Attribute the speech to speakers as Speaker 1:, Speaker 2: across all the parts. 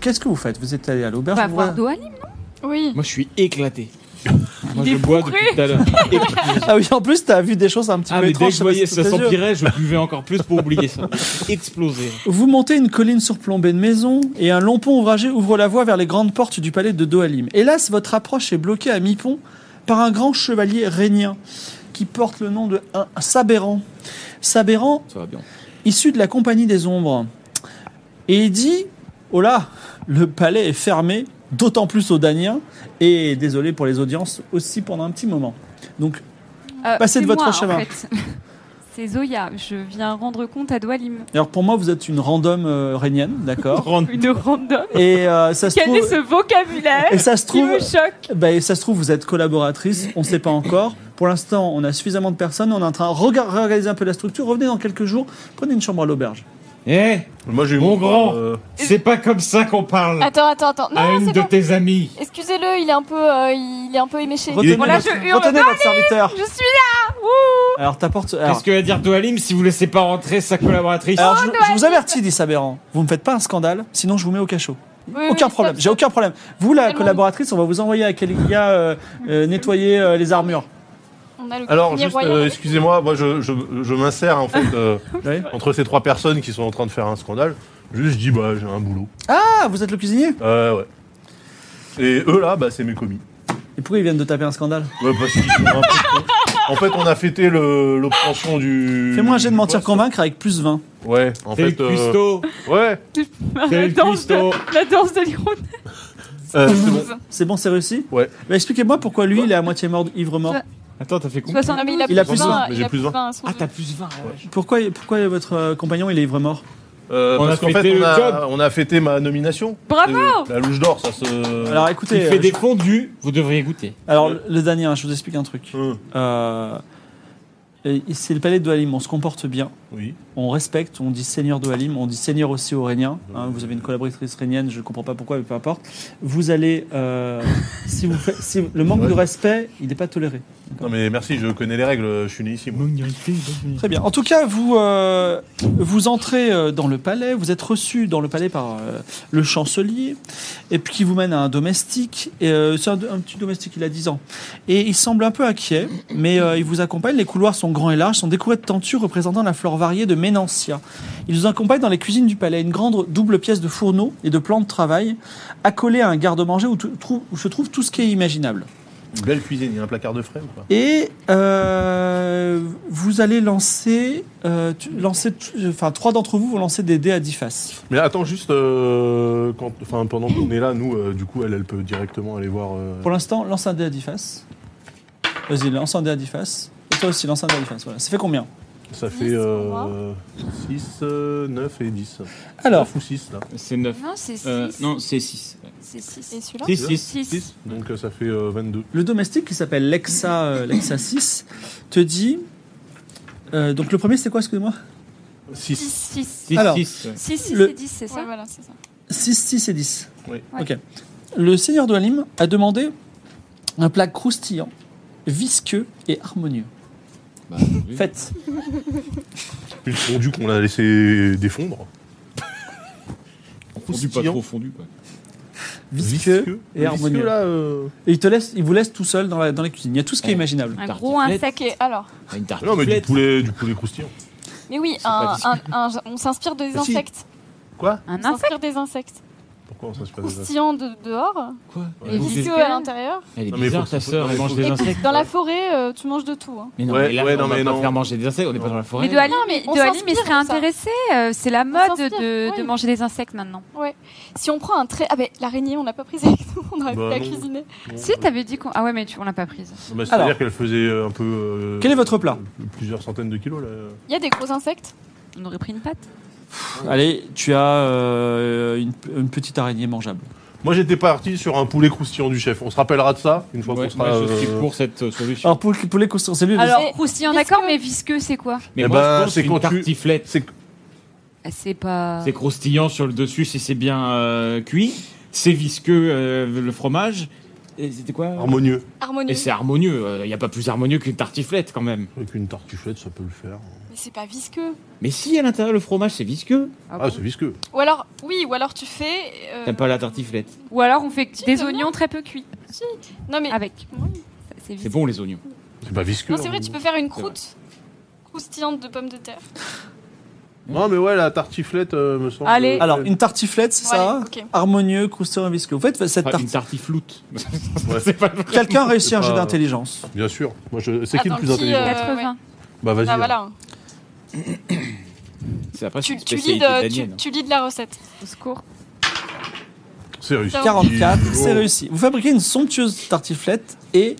Speaker 1: Qu'est-ce que vous faites Vous êtes allé à l'auberge
Speaker 2: va
Speaker 1: ou
Speaker 2: voir
Speaker 1: à-
Speaker 2: d'eau à Nîmes,
Speaker 3: Oui.
Speaker 4: Moi, je suis éclaté. Moi, je bois depuis tout à l'heure. Éclaté.
Speaker 1: Ah oui, en plus, t'as vu des choses un petit
Speaker 4: Ah,
Speaker 1: peu
Speaker 4: mais dès que
Speaker 1: étranges.
Speaker 4: je
Speaker 1: ça
Speaker 4: voyais
Speaker 1: passe sous
Speaker 4: ça
Speaker 1: tes yeux.
Speaker 4: s'empirait, je buvais encore plus pour oublier ça. Explosé.
Speaker 1: Vous montez une colline surplombée de maisons et un long pont ouvragé ouvre la voie vers les grandes portes du palais de Dohalim. Hélas, votre approche est bloquée à mi-pont par un grand chevalier rhénien qui porte le nom de un un Sabéran. Sabéran,
Speaker 4: Ça va bien.
Speaker 1: issu de la Compagnie des Ombres. Et il dit Oh là, le palais est fermé, d'autant plus aux Daniens, et désolé pour les audiences aussi pendant un petit moment. Donc,
Speaker 3: Euh,
Speaker 1: Passez de
Speaker 3: c'est
Speaker 1: votre
Speaker 3: moi, en
Speaker 1: chemin.
Speaker 3: fait. C'est Zoya, je viens rendre compte à Doualim.
Speaker 1: alors pour moi, vous êtes une random euh, rhénienne, d'accord
Speaker 4: Rendre-
Speaker 3: Une random.
Speaker 1: Et euh, ça se
Speaker 3: Quel est ce
Speaker 1: trouve.
Speaker 3: vocabulaire
Speaker 1: Et ça se
Speaker 3: qui
Speaker 1: trouve,
Speaker 3: me choque
Speaker 1: Bah, et ça se trouve, vous êtes collaboratrice, on ne sait pas encore. Pour l'instant, on a suffisamment de personnes, on est en train de rega- réorganiser un peu la structure. Revenez dans quelques jours, prenez une chambre à l'auberge.
Speaker 4: Eh,
Speaker 5: Moi j'ai eu
Speaker 4: Mon grand.
Speaker 5: euh,
Speaker 4: c'est pas comme ça qu'on parle
Speaker 6: Attends, attends, attends.
Speaker 4: à
Speaker 6: Ah, Non,
Speaker 4: une
Speaker 6: c'est
Speaker 4: de
Speaker 6: bon.
Speaker 4: tes amies.
Speaker 6: Excusez-le, il est un peu, euh, il est un peu éméché.
Speaker 1: Retenez,
Speaker 5: Voilà,
Speaker 1: votre,
Speaker 3: je hurle,
Speaker 1: retenez votre serviteur.
Speaker 3: Je suis là
Speaker 1: Alors, t'apportes. Alors,
Speaker 4: Qu'est-ce que va dire Doalim si vous laissez pas rentrer sa collaboratrice
Speaker 1: alors,
Speaker 3: Oh,
Speaker 1: je, je vous avertis, dit Sabéran, vous me faites pas un scandale, sinon je vous mets au cachot.
Speaker 6: Oui,
Speaker 1: aucun
Speaker 6: oui,
Speaker 1: problème,
Speaker 6: stop,
Speaker 1: j'ai aucun problème. Vous, la
Speaker 6: Tellement.
Speaker 1: collaboratrice, on va vous envoyer à Caliga euh, euh, nettoyer euh, les armures.
Speaker 6: On a le
Speaker 5: Alors
Speaker 6: cuisinier
Speaker 5: juste,
Speaker 6: royal.
Speaker 5: euh, excusez-moi, moi je, je, je m'insère en fait euh,
Speaker 1: Oui.
Speaker 5: entre ces trois personnes qui sont en train de faire un scandale. Juste je dis bah j'ai un boulot.
Speaker 1: Ah, vous êtes le cuisinier
Speaker 5: Euh, ouais. Et eux là, bah c'est mes commis.
Speaker 1: Et pourquoi ils viennent de taper un scandale
Speaker 5: Ouais, parce qu'ils sont un peu cons. En fait, on a fêté le- l'obtention du.
Speaker 1: Fais-moi un jet de
Speaker 5: du
Speaker 1: mentir
Speaker 5: poste.
Speaker 1: convaincre avec plus 20.
Speaker 5: Ouais, en
Speaker 4: C'est
Speaker 5: fait.
Speaker 4: le
Speaker 5: euh,
Speaker 4: cuistot.
Speaker 5: ouais.
Speaker 3: La
Speaker 4: le
Speaker 3: danse,
Speaker 4: cuistot.
Speaker 3: de, la danse de l'ironie.
Speaker 5: euh, c'est bon.
Speaker 1: C'est bon, c'est réussi
Speaker 5: Ouais.
Speaker 1: Mais expliquez-moi pourquoi lui, il est à moitié mort, ivre mort.
Speaker 6: Ouais.
Speaker 4: Attends, t'as fait con
Speaker 6: Non, mais il a
Speaker 1: Il a
Speaker 6: plus
Speaker 1: plus
Speaker 6: 20,
Speaker 5: vingt, mais
Speaker 6: il
Speaker 5: j'ai
Speaker 6: a
Speaker 5: plus
Speaker 6: plus
Speaker 5: vingt.
Speaker 6: 20 à son
Speaker 4: Ah,
Speaker 6: jeu.
Speaker 4: t'as plus 20. ouais.
Speaker 1: Pourquoi, pourquoi votre euh, compagnon, il est ivre mort
Speaker 5: Euh,
Speaker 4: On a
Speaker 5: parce qu'en
Speaker 4: fêté
Speaker 5: fait, on
Speaker 4: le
Speaker 5: a,
Speaker 4: job.
Speaker 5: on a fêté ma nomination.
Speaker 3: Bravo
Speaker 5: Euh, La louche d'or, ça se.
Speaker 1: Alors
Speaker 4: Il
Speaker 1: écoutez,
Speaker 4: fait
Speaker 1: euh,
Speaker 4: des fondus, vous devriez goûter.
Speaker 1: je- alors le dernier, hein, je vous explique un truc.
Speaker 5: Euh,
Speaker 1: Euh, et- c'est le palais de Doualim, on se comporte bien,
Speaker 5: oui.
Speaker 1: on respecte, on dit seigneur Doualim, on dit seigneur aussi aux Rhéniens. hein, vous avez une collaboratrice rhénienne, je ne comprends pas pourquoi, mais peu importe. Vous allez, euh, si vous faites, si le manque
Speaker 5: Ouais.
Speaker 1: de respect, il n'est pas toléré.
Speaker 5: Non mais merci, je connais les règles, je suis né ici. Moi.
Speaker 1: Très bien. En tout cas, vous, euh, vous entrez euh, dans le palais, vous êtes reçu dans le palais par euh, le chancelier, et puis qui vous mène à un domestique. Et, euh, c'est un, un petit domestique, il a 10 ans. Et il semble un peu inquiet, mais euh, il vous accompagne. Les couloirs sont grands et larges, sont décorés de tentures représentant la flore variée de Ménantia. Il vous accompagne dans les cuisines du palais, une grande double pièce de fourneau et de plans de travail, accolée à un garde-manger où, tout- trou- où se trouve tout ce qui est imaginable.
Speaker 5: Une belle cuisine, il y a un placard de frais ou pas
Speaker 1: Et euh, vous allez lancer, euh, tu- lancer tu- enfin trois d'entre vous vont lancer des dés à 10 faces.
Speaker 5: Mais attends juste, euh, quand, enfin pendant qu'on est là, nous, euh, du coup, elle, elle peut directement aller voir. euh,
Speaker 1: Pour l'instant, lance un dé à 10 faces. Vas-y, lance un dé à 10 faces. Et toi aussi, lance un dé à 10 faces. Voilà. Ça fait combien
Speaker 5: Ça
Speaker 6: Dix
Speaker 5: fait euh,
Speaker 6: pour
Speaker 5: 6, 9 et 10.
Speaker 1: Alors,
Speaker 5: 9 ou 6 là.
Speaker 4: C'est 9.
Speaker 2: Non, c'est
Speaker 4: non, c'est 6.
Speaker 6: C'est 6. Et celui-là
Speaker 4: C'est
Speaker 5: Euh, Six.
Speaker 4: 6.
Speaker 3: Six.
Speaker 5: Donc euh, ça fait euh, 22.
Speaker 1: le domestique qui s'appelle Lexa, euh, Lexa 6 te dit. euh, donc le premier, c'est quoi, excusez-moi
Speaker 5: 6.
Speaker 3: 6.
Speaker 4: 6,
Speaker 1: Alors.
Speaker 4: 6.
Speaker 3: 6, 6
Speaker 1: Le-
Speaker 3: et 10, c'est
Speaker 6: Ouais,
Speaker 3: ça
Speaker 6: voilà, c'est ça.
Speaker 1: 6, 6 et 10.
Speaker 5: Oui.
Speaker 3: Ouais.
Speaker 1: Ok. Le seigneur de Halim a demandé un plat croustillant, visqueux et harmonieux.
Speaker 4: Bah,
Speaker 1: Faites.
Speaker 5: Puis le fondu qu'on a laissé défondre.
Speaker 4: fondu, pas trop fondu. Quoi.
Speaker 1: Visqueux, et
Speaker 5: Le
Speaker 1: harmonieux.
Speaker 5: visqueux, là. euh,
Speaker 1: Et il, te laisse, il vous laisse tout seul dans la, dans la cuisine. Il y a tout ce qui est
Speaker 4: Ouais.
Speaker 1: imaginable.
Speaker 3: Un
Speaker 4: Tartiflette.
Speaker 3: gros insecte.
Speaker 6: Ok, alors.
Speaker 4: Une
Speaker 5: Non mais du
Speaker 4: tartiflette.
Speaker 5: poulet, du poulet croustillant.
Speaker 6: Mais oui,
Speaker 4: pas
Speaker 6: un, un- un- on s'inspire des
Speaker 5: Si.
Speaker 6: insectes.
Speaker 5: Quoi
Speaker 3: Un
Speaker 6: On
Speaker 3: insecte
Speaker 6: s'inspire des insectes.
Speaker 5: Pourquoi ça se passe déjà
Speaker 6: croustillant de, dehors,
Speaker 2: Quoi
Speaker 5: Ouais.
Speaker 2: Elle est
Speaker 6: visqueux
Speaker 2: bizarre,
Speaker 6: à l'intérieur.
Speaker 2: Elle est
Speaker 5: Non, mais
Speaker 2: bizarre,
Speaker 5: faut-
Speaker 2: ta
Speaker 5: faut-
Speaker 2: sœur, elle mange des
Speaker 6: Écoute,
Speaker 2: insectes.
Speaker 6: dans la forêt, euh, tu manges de tout. hein.
Speaker 2: Mais non,
Speaker 5: Ouais,
Speaker 2: mais là, on
Speaker 5: ouais, non,
Speaker 2: va
Speaker 5: mais
Speaker 2: pas
Speaker 5: non.
Speaker 2: faire manger des insectes, on n'est pas dans la forêt.
Speaker 3: Mais Doali,
Speaker 6: Non, mais
Speaker 3: mais,
Speaker 6: on
Speaker 3: Doali, mais
Speaker 6: s'inspire
Speaker 3: serait
Speaker 6: comme ça.
Speaker 3: intéressée. euh, c'est la mode
Speaker 6: s'inspire,
Speaker 3: de, de
Speaker 6: oui.
Speaker 3: manger des insectes maintenant.
Speaker 6: Si on prend un trait. Ah, ben l'araignée, on l'a pas prise avec nous, on aurait
Speaker 5: Bah,
Speaker 6: pu la
Speaker 5: non.
Speaker 6: cuisiner.
Speaker 5: Non,
Speaker 3: Si,
Speaker 5: euh,
Speaker 3: t'avais dit qu'on. Ah ouais, mais tu, on l'a pas prise.
Speaker 5: bah,
Speaker 1: Alors.
Speaker 5: C'est-à-dire qu'elle faisait euh, un peu. euh,
Speaker 1: Quel est votre plat
Speaker 5: Plusieurs centaines de kilos là.
Speaker 6: Il y a des gros insectes.
Speaker 3: On aurait pris une pâte.
Speaker 1: Allez, tu as euh, une, une petite araignée mangeable.
Speaker 5: Moi j'étais parti sur un poulet croustillant du chef. On se rappellera de ça une fois
Speaker 4: Ouais,
Speaker 5: qu'on sera.
Speaker 4: moi, je suis
Speaker 5: euh,
Speaker 4: pour cette euh, solution.
Speaker 1: Alors, pour le poulet costaud, c'est lui.
Speaker 3: Alors,
Speaker 6: Mais-
Speaker 3: croustillant,
Speaker 6: visqueux.
Speaker 3: d'accord, mais visqueux, c'est quoi
Speaker 5: Eh
Speaker 4: Mais moi,
Speaker 5: ben,
Speaker 4: je pense
Speaker 5: c'est
Speaker 4: qu'une
Speaker 5: quand tu-
Speaker 4: tartiflette,
Speaker 5: C'est
Speaker 3: Ah, C'est pas.
Speaker 4: c'est croustillant sur le dessus si c'est bien euh, cuit, c'est visqueux euh, le fromage. Et c'était quoi
Speaker 5: harmonieux.
Speaker 6: Harmonieux.
Speaker 4: Et c'est harmonieux. Il n'y a pas plus harmonieux qu'une tartiflette quand même.
Speaker 5: Avec une tartiflette, ça peut le faire.
Speaker 6: Mais c'est pas visqueux.
Speaker 4: Mais si à l'intérieur le fromage c'est visqueux,
Speaker 3: Ah
Speaker 5: Ah,
Speaker 3: bon
Speaker 5: c'est visqueux.
Speaker 6: Ou alors, oui, ou alors tu fais. euh,
Speaker 4: t'aimes pas la tartiflette.
Speaker 3: Ou alors, on fait
Speaker 6: Si,
Speaker 3: des
Speaker 6: j'aime bien.
Speaker 3: oignons très peu cuits
Speaker 6: Non, mais.
Speaker 3: avec.
Speaker 6: Oui.
Speaker 3: Ça, C'est
Speaker 4: C'est
Speaker 3: visqueux.
Speaker 4: bon les oignons.
Speaker 5: C'est pas visqueux.
Speaker 6: Non, c'est vrai,
Speaker 5: hein.
Speaker 6: tu peux faire une croûte croustillante de pommes de terre.
Speaker 5: Non, mais ouais, la tartiflette euh, me semble.
Speaker 3: Allez.
Speaker 1: Alors, une tartiflette, c'est
Speaker 6: Ouais,
Speaker 1: ça
Speaker 6: ok.
Speaker 1: Harmonieux, croustillant et visqueux. Vous faites cette
Speaker 4: Enfin,
Speaker 1: tarte.
Speaker 4: Ah, une Ah. tartifloute.
Speaker 5: Ouais.
Speaker 4: c'est pas le
Speaker 1: Quelqu'un réussit un
Speaker 5: pas-
Speaker 1: jeu d'intelligence.
Speaker 5: Bien sûr. Moi, je... C'est qui le
Speaker 6: Attends,
Speaker 5: plus
Speaker 6: qui,
Speaker 5: intelligent
Speaker 6: euh,
Speaker 3: 80.
Speaker 5: Bah vas-y.
Speaker 6: Ah, voilà.
Speaker 4: C'est après c'est
Speaker 6: Tu,
Speaker 4: une
Speaker 6: tu,
Speaker 4: spécialité
Speaker 6: lides, euh,
Speaker 4: danienne.
Speaker 6: tu, tu lides la recette.
Speaker 3: Au secours.
Speaker 5: C'est réussi.
Speaker 1: 44,
Speaker 5: Oh.
Speaker 1: c'est réussi. Vous fabriquez une somptueuse tartiflette et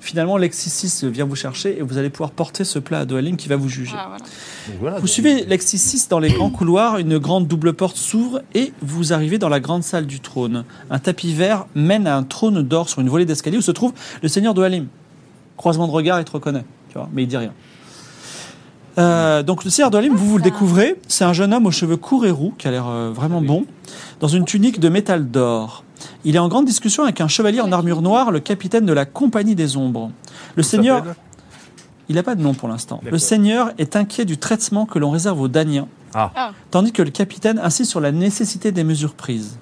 Speaker 1: finalement l'Exis6 vient vous chercher et vous allez pouvoir porter ce plat à Doalim qui va vous juger.
Speaker 6: Ah, voilà.
Speaker 5: Donc voilà,
Speaker 1: Vous
Speaker 5: donc-
Speaker 1: suivez l'Exis 6 dans les grands couloirs, une grande double porte s'ouvre et vous arrivez dans la grande salle du trône. Un tapis vert mène à un trône d'or sur une volée d'escalier où se trouve le seigneur de Halim. Croisement de regard, il te reconnaît, tu vois, mais il dit rien. Euh, donc le seigneur de Halim, vous vous le découvrez, c'est un jeune homme aux cheveux courts et roux qui a l'air euh, vraiment bon, dans une tunique de métal d'or. Il est en grande discussion avec un chevalier en armure noire, le capitaine de la Compagnie des Ombres. Le
Speaker 5: Ça
Speaker 1: seigneur
Speaker 5: s'appelle
Speaker 1: il n'a pas de nom pour l'instant. Le
Speaker 5: D'accord.
Speaker 1: seigneur est inquiet du traitement que l'on réserve aux Daniens,
Speaker 5: Ah.
Speaker 6: Ah.
Speaker 1: tandis que le capitaine insiste sur la nécessité des mesures prises.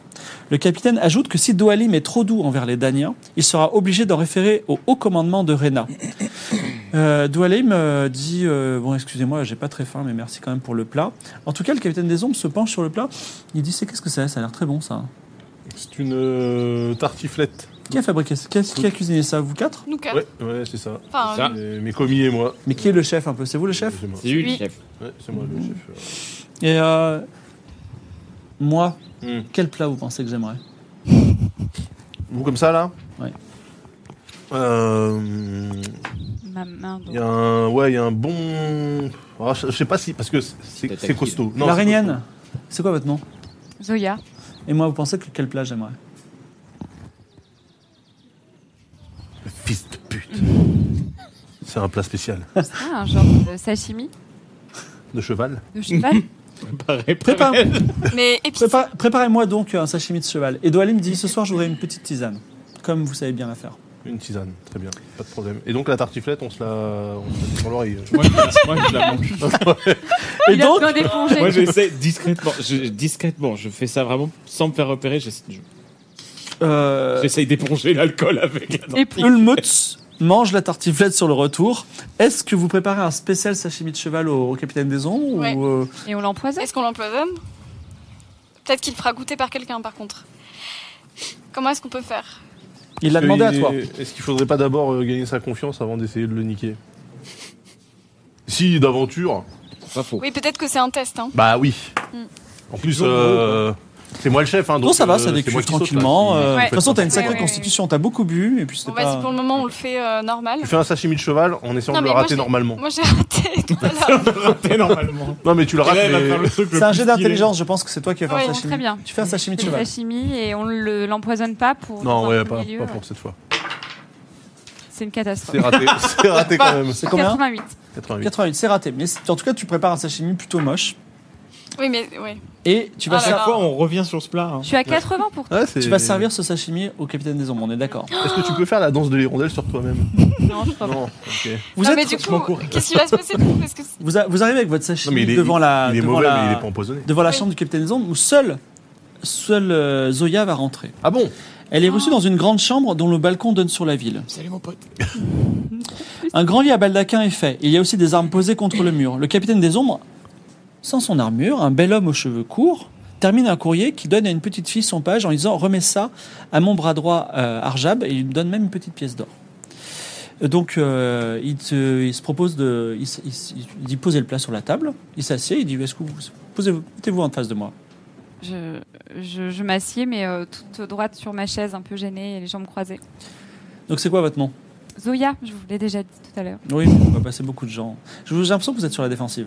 Speaker 1: Le capitaine ajoute que si Doalim est trop doux envers les Daniens, il sera obligé d'en référer au haut commandement de Rena. Euh, Doalim euh, dit euh, Bon, excusez-moi, j'ai pas très faim, mais merci quand même pour le plat. En tout cas, le capitaine des ombres se penche sur le plat. Il dit C'est qu'est-ce que c'est Ça a l'air très bon, ça.
Speaker 5: C'est une euh, tartiflette.
Speaker 1: Qui a fabriqué ça qui a, qui a cuisiné ça Vous quatre
Speaker 6: Nous quatre.
Speaker 5: Ouais, ouais, c'est ça.
Speaker 6: Enfin,
Speaker 4: Ça.
Speaker 6: euh,
Speaker 5: Et mes commis et moi.
Speaker 1: Mais qui est le chef un peu C'est vous Ah. le chef
Speaker 5: C'est moi.
Speaker 4: C'est lui le
Speaker 6: Oui.
Speaker 4: chef.
Speaker 5: Ouais, c'est moi le chef.
Speaker 1: Et euh, moi,
Speaker 5: euh.
Speaker 1: quel plat vous pensez que j'aimerais
Speaker 5: Vous comme ça là
Speaker 1: Ouais.
Speaker 5: Euh,
Speaker 3: Ma main.
Speaker 5: Il
Speaker 3: donc.
Speaker 5: y a un, ouais, il y a un bon. Ah, je, je sais pas si parce que c'est-
Speaker 4: C'est
Speaker 5: c'est c'est costaud. Non, c'est
Speaker 1: L'Araignane, c'est quoi votre nom
Speaker 3: Zoya.
Speaker 1: Et moi, vous pensez que quel plat j'aimerais
Speaker 5: costaud. Fils de pute. C'est un plat spécial
Speaker 3: Ah, un genre de sashimi
Speaker 5: de cheval.
Speaker 3: de cheval.
Speaker 4: Pareil,
Speaker 1: Prépare-
Speaker 4: pareil.
Speaker 6: Mais épicé.
Speaker 1: Prépare- Préparez-moi donc un sashimi de cheval. Et Doalim dit ce soir, j'aurai une petite tisane, comme vous savez bien la faire.
Speaker 5: Une tisane, très bien, pas de problème. Et donc la tartiflette, on se la, on se la met sur l'oreille.
Speaker 4: Moi, je- moi, je la
Speaker 1: Et
Speaker 4: mange.
Speaker 6: Ah,
Speaker 3: Il a
Speaker 1: donc,
Speaker 3: besoin d'éponger.
Speaker 4: Moi, j'essaie discrètement. Je, discrètement, je fais ça vraiment sans me faire repérer. j'essa- je-
Speaker 1: euh,
Speaker 4: J'essaye d'éponger l'alcool avec. la
Speaker 3: Et puis,
Speaker 1: Ulmutz mange la tartiflette sur le retour. Est-ce que vous préparez un spécial sashimi de cheval au, au capitaine des ombres ou,
Speaker 6: Ouais.
Speaker 1: euh,
Speaker 3: et on l'empoisonne.
Speaker 6: Est-ce qu'on l'empoisonne Peut-être qu'il le fera goûter par quelqu'un, par contre. Comment est-ce qu'on peut faire
Speaker 1: Il l'a
Speaker 5: Est-ce
Speaker 1: demandé à
Speaker 5: qu'il-
Speaker 1: toi.
Speaker 5: Est-ce qu'il faudrait pas d'abord euh, gagner sa confiance avant d'essayer de le niquer Si d'aventure,
Speaker 4: Pas faux.
Speaker 6: Oui, peut-être que c'est un test. Hein.
Speaker 5: bah oui.
Speaker 1: Mm.
Speaker 6: Hmm.
Speaker 5: En plus, euh, c'est moi le chef. Hein, donc,
Speaker 1: Non, ça va,
Speaker 5: euh,
Speaker 1: ça
Speaker 5: c'est moi
Speaker 1: décuve
Speaker 5: qui saute, là.
Speaker 1: tranquillement.
Speaker 5: Si-
Speaker 1: euh,
Speaker 5: si
Speaker 1: De
Speaker 5: vous
Speaker 1: toute
Speaker 5: faites
Speaker 1: façon,
Speaker 5: ça.
Speaker 1: t'as une sacrée
Speaker 6: Ouais, ouais, ouais.
Speaker 1: constitution, t'as beaucoup bu, et puis c'était
Speaker 6: Bon, vas-y,
Speaker 1: pas.
Speaker 6: pour le moment, on le fait euh, normal.
Speaker 5: Tu fais un sashimi de cheval en essayant
Speaker 6: Non,
Speaker 5: de
Speaker 6: mais
Speaker 5: le
Speaker 6: moi, Mm.
Speaker 5: rater
Speaker 6: j'ai-
Speaker 5: normalement.
Speaker 6: Moi, j'ai raté tout à l'heure.
Speaker 4: T'es normalement.
Speaker 5: Non, mais tu le rates.
Speaker 4: Là, elle va
Speaker 5: mais-
Speaker 4: faire le truc le
Speaker 1: C'est un
Speaker 4: plus
Speaker 1: jeu
Speaker 4: stylé.
Speaker 1: d'intelligence, je pense que c'est toi qui vas faire
Speaker 6: Ouais,
Speaker 1: un
Speaker 6: bon,
Speaker 1: sashimi.
Speaker 3: Très bien.
Speaker 1: Tu fais un sashimi de
Speaker 3: C'est le
Speaker 1: cheval.
Speaker 3: sashimi et on le- l'empoisonne pas pour.
Speaker 5: Non,
Speaker 3: dans
Speaker 5: ouais,
Speaker 3: un
Speaker 5: pas,
Speaker 3: milieu.
Speaker 5: pas pour cette fois.
Speaker 3: C'est une catastrophe.
Speaker 5: C'est raté, c'est raté quand même.
Speaker 1: C'est combien
Speaker 3: 88.
Speaker 5: 88.
Speaker 1: 88, c'est raté. Mais c'est- en tout cas, tu prépares un sashimi plutôt moche.
Speaker 6: oui, mais ouais.
Speaker 1: Et tu vas,
Speaker 6: Ah là
Speaker 1: ser-
Speaker 6: là.
Speaker 4: Parfois, on revient sur ce plat. hein.
Speaker 3: Je suis à 80 pour
Speaker 5: Ouais, c'est-
Speaker 1: tu vas servir ce sashimi au capitaine des ombres, on est d'accord.
Speaker 6: Ah,
Speaker 5: Est-ce que tu peux faire la danse de l'hirondelle sur toi-même
Speaker 3: Non, je crois pas.
Speaker 5: Non, ok.
Speaker 1: Vous,
Speaker 6: non,
Speaker 1: êtes-
Speaker 6: mais du coup, qu'est-ce qui va se passer Parce que c'est-
Speaker 1: vous, a- vous arrivez avec votre
Speaker 5: Non,
Speaker 1: sashimi
Speaker 5: mais il est,
Speaker 1: devant la,
Speaker 5: il est
Speaker 1: devant
Speaker 5: mauvais,
Speaker 1: la-
Speaker 5: mais il est pas empoisonné.
Speaker 1: devant la
Speaker 6: Oui.
Speaker 1: chambre du capitaine des ombres où seule, seule euh, Zoya va rentrer.
Speaker 5: Ah bon
Speaker 1: Elle est reçue
Speaker 6: Ah.
Speaker 1: dans une grande chambre dont le balcon donne sur la ville.
Speaker 4: Salut mon pote.
Speaker 1: Un grand lit à baldaquin est fait. Il y a aussi des armes posées contre le mur. Le capitaine des ombres, sans son armure, un bel homme aux cheveux courts, termine un courrier qui donne à une petite fille son page en lui disant remets ça à mon bras droit euh, Arjab et il lui donne même une petite pièce d'or. Donc euh, il, te- il se propose de, il, se- il se- il dit posez le plat sur la table, il s'assied, il dit est-ce que vous posez-vous mettez-vous en face de moi.
Speaker 3: Je, je, je m'assieds, mais euh, toute droite sur ma chaise, un peu gênée et les jambes croisées.
Speaker 1: Donc c'est quoi votre nom
Speaker 3: Zoya, je vous l'ai déjà dit tout à l'heure.
Speaker 1: Oui, on va passer beaucoup de gens. Je- J'ai l'impression que vous êtes sur la défensive.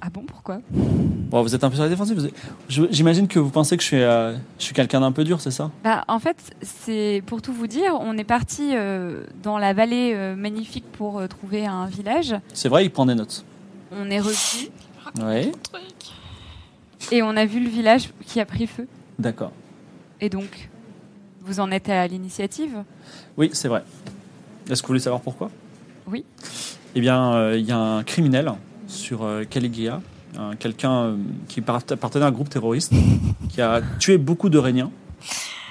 Speaker 3: Ah bon, pourquoi
Speaker 1: Bon, vous êtes un peu sur la défensive. vous êtes- je- J'imagine que vous pensez que je suis, euh, je suis quelqu'un d'un peu dur, c'est ça
Speaker 3: Bah, en fait, c'est pour tout vous dire, on est parti euh, dans la vallée euh, magnifique pour euh, trouver un village.
Speaker 1: C'est vrai, il prend des notes.
Speaker 3: On est revenu
Speaker 1: Oui,
Speaker 6: Truc.
Speaker 3: et on a vu le village qui a pris feu.
Speaker 1: d'accord.
Speaker 3: Et donc, vous en êtes à l'initiative
Speaker 1: Oui, c'est vrai. Est-ce que vous voulez savoir pourquoi
Speaker 3: Oui.
Speaker 1: Eh bien, euh, il y a un criminel sur euh, Caliglia, un- quelqu'un euh, qui par- appartenait à un groupe terroriste, qui a tué beaucoup de Réniens.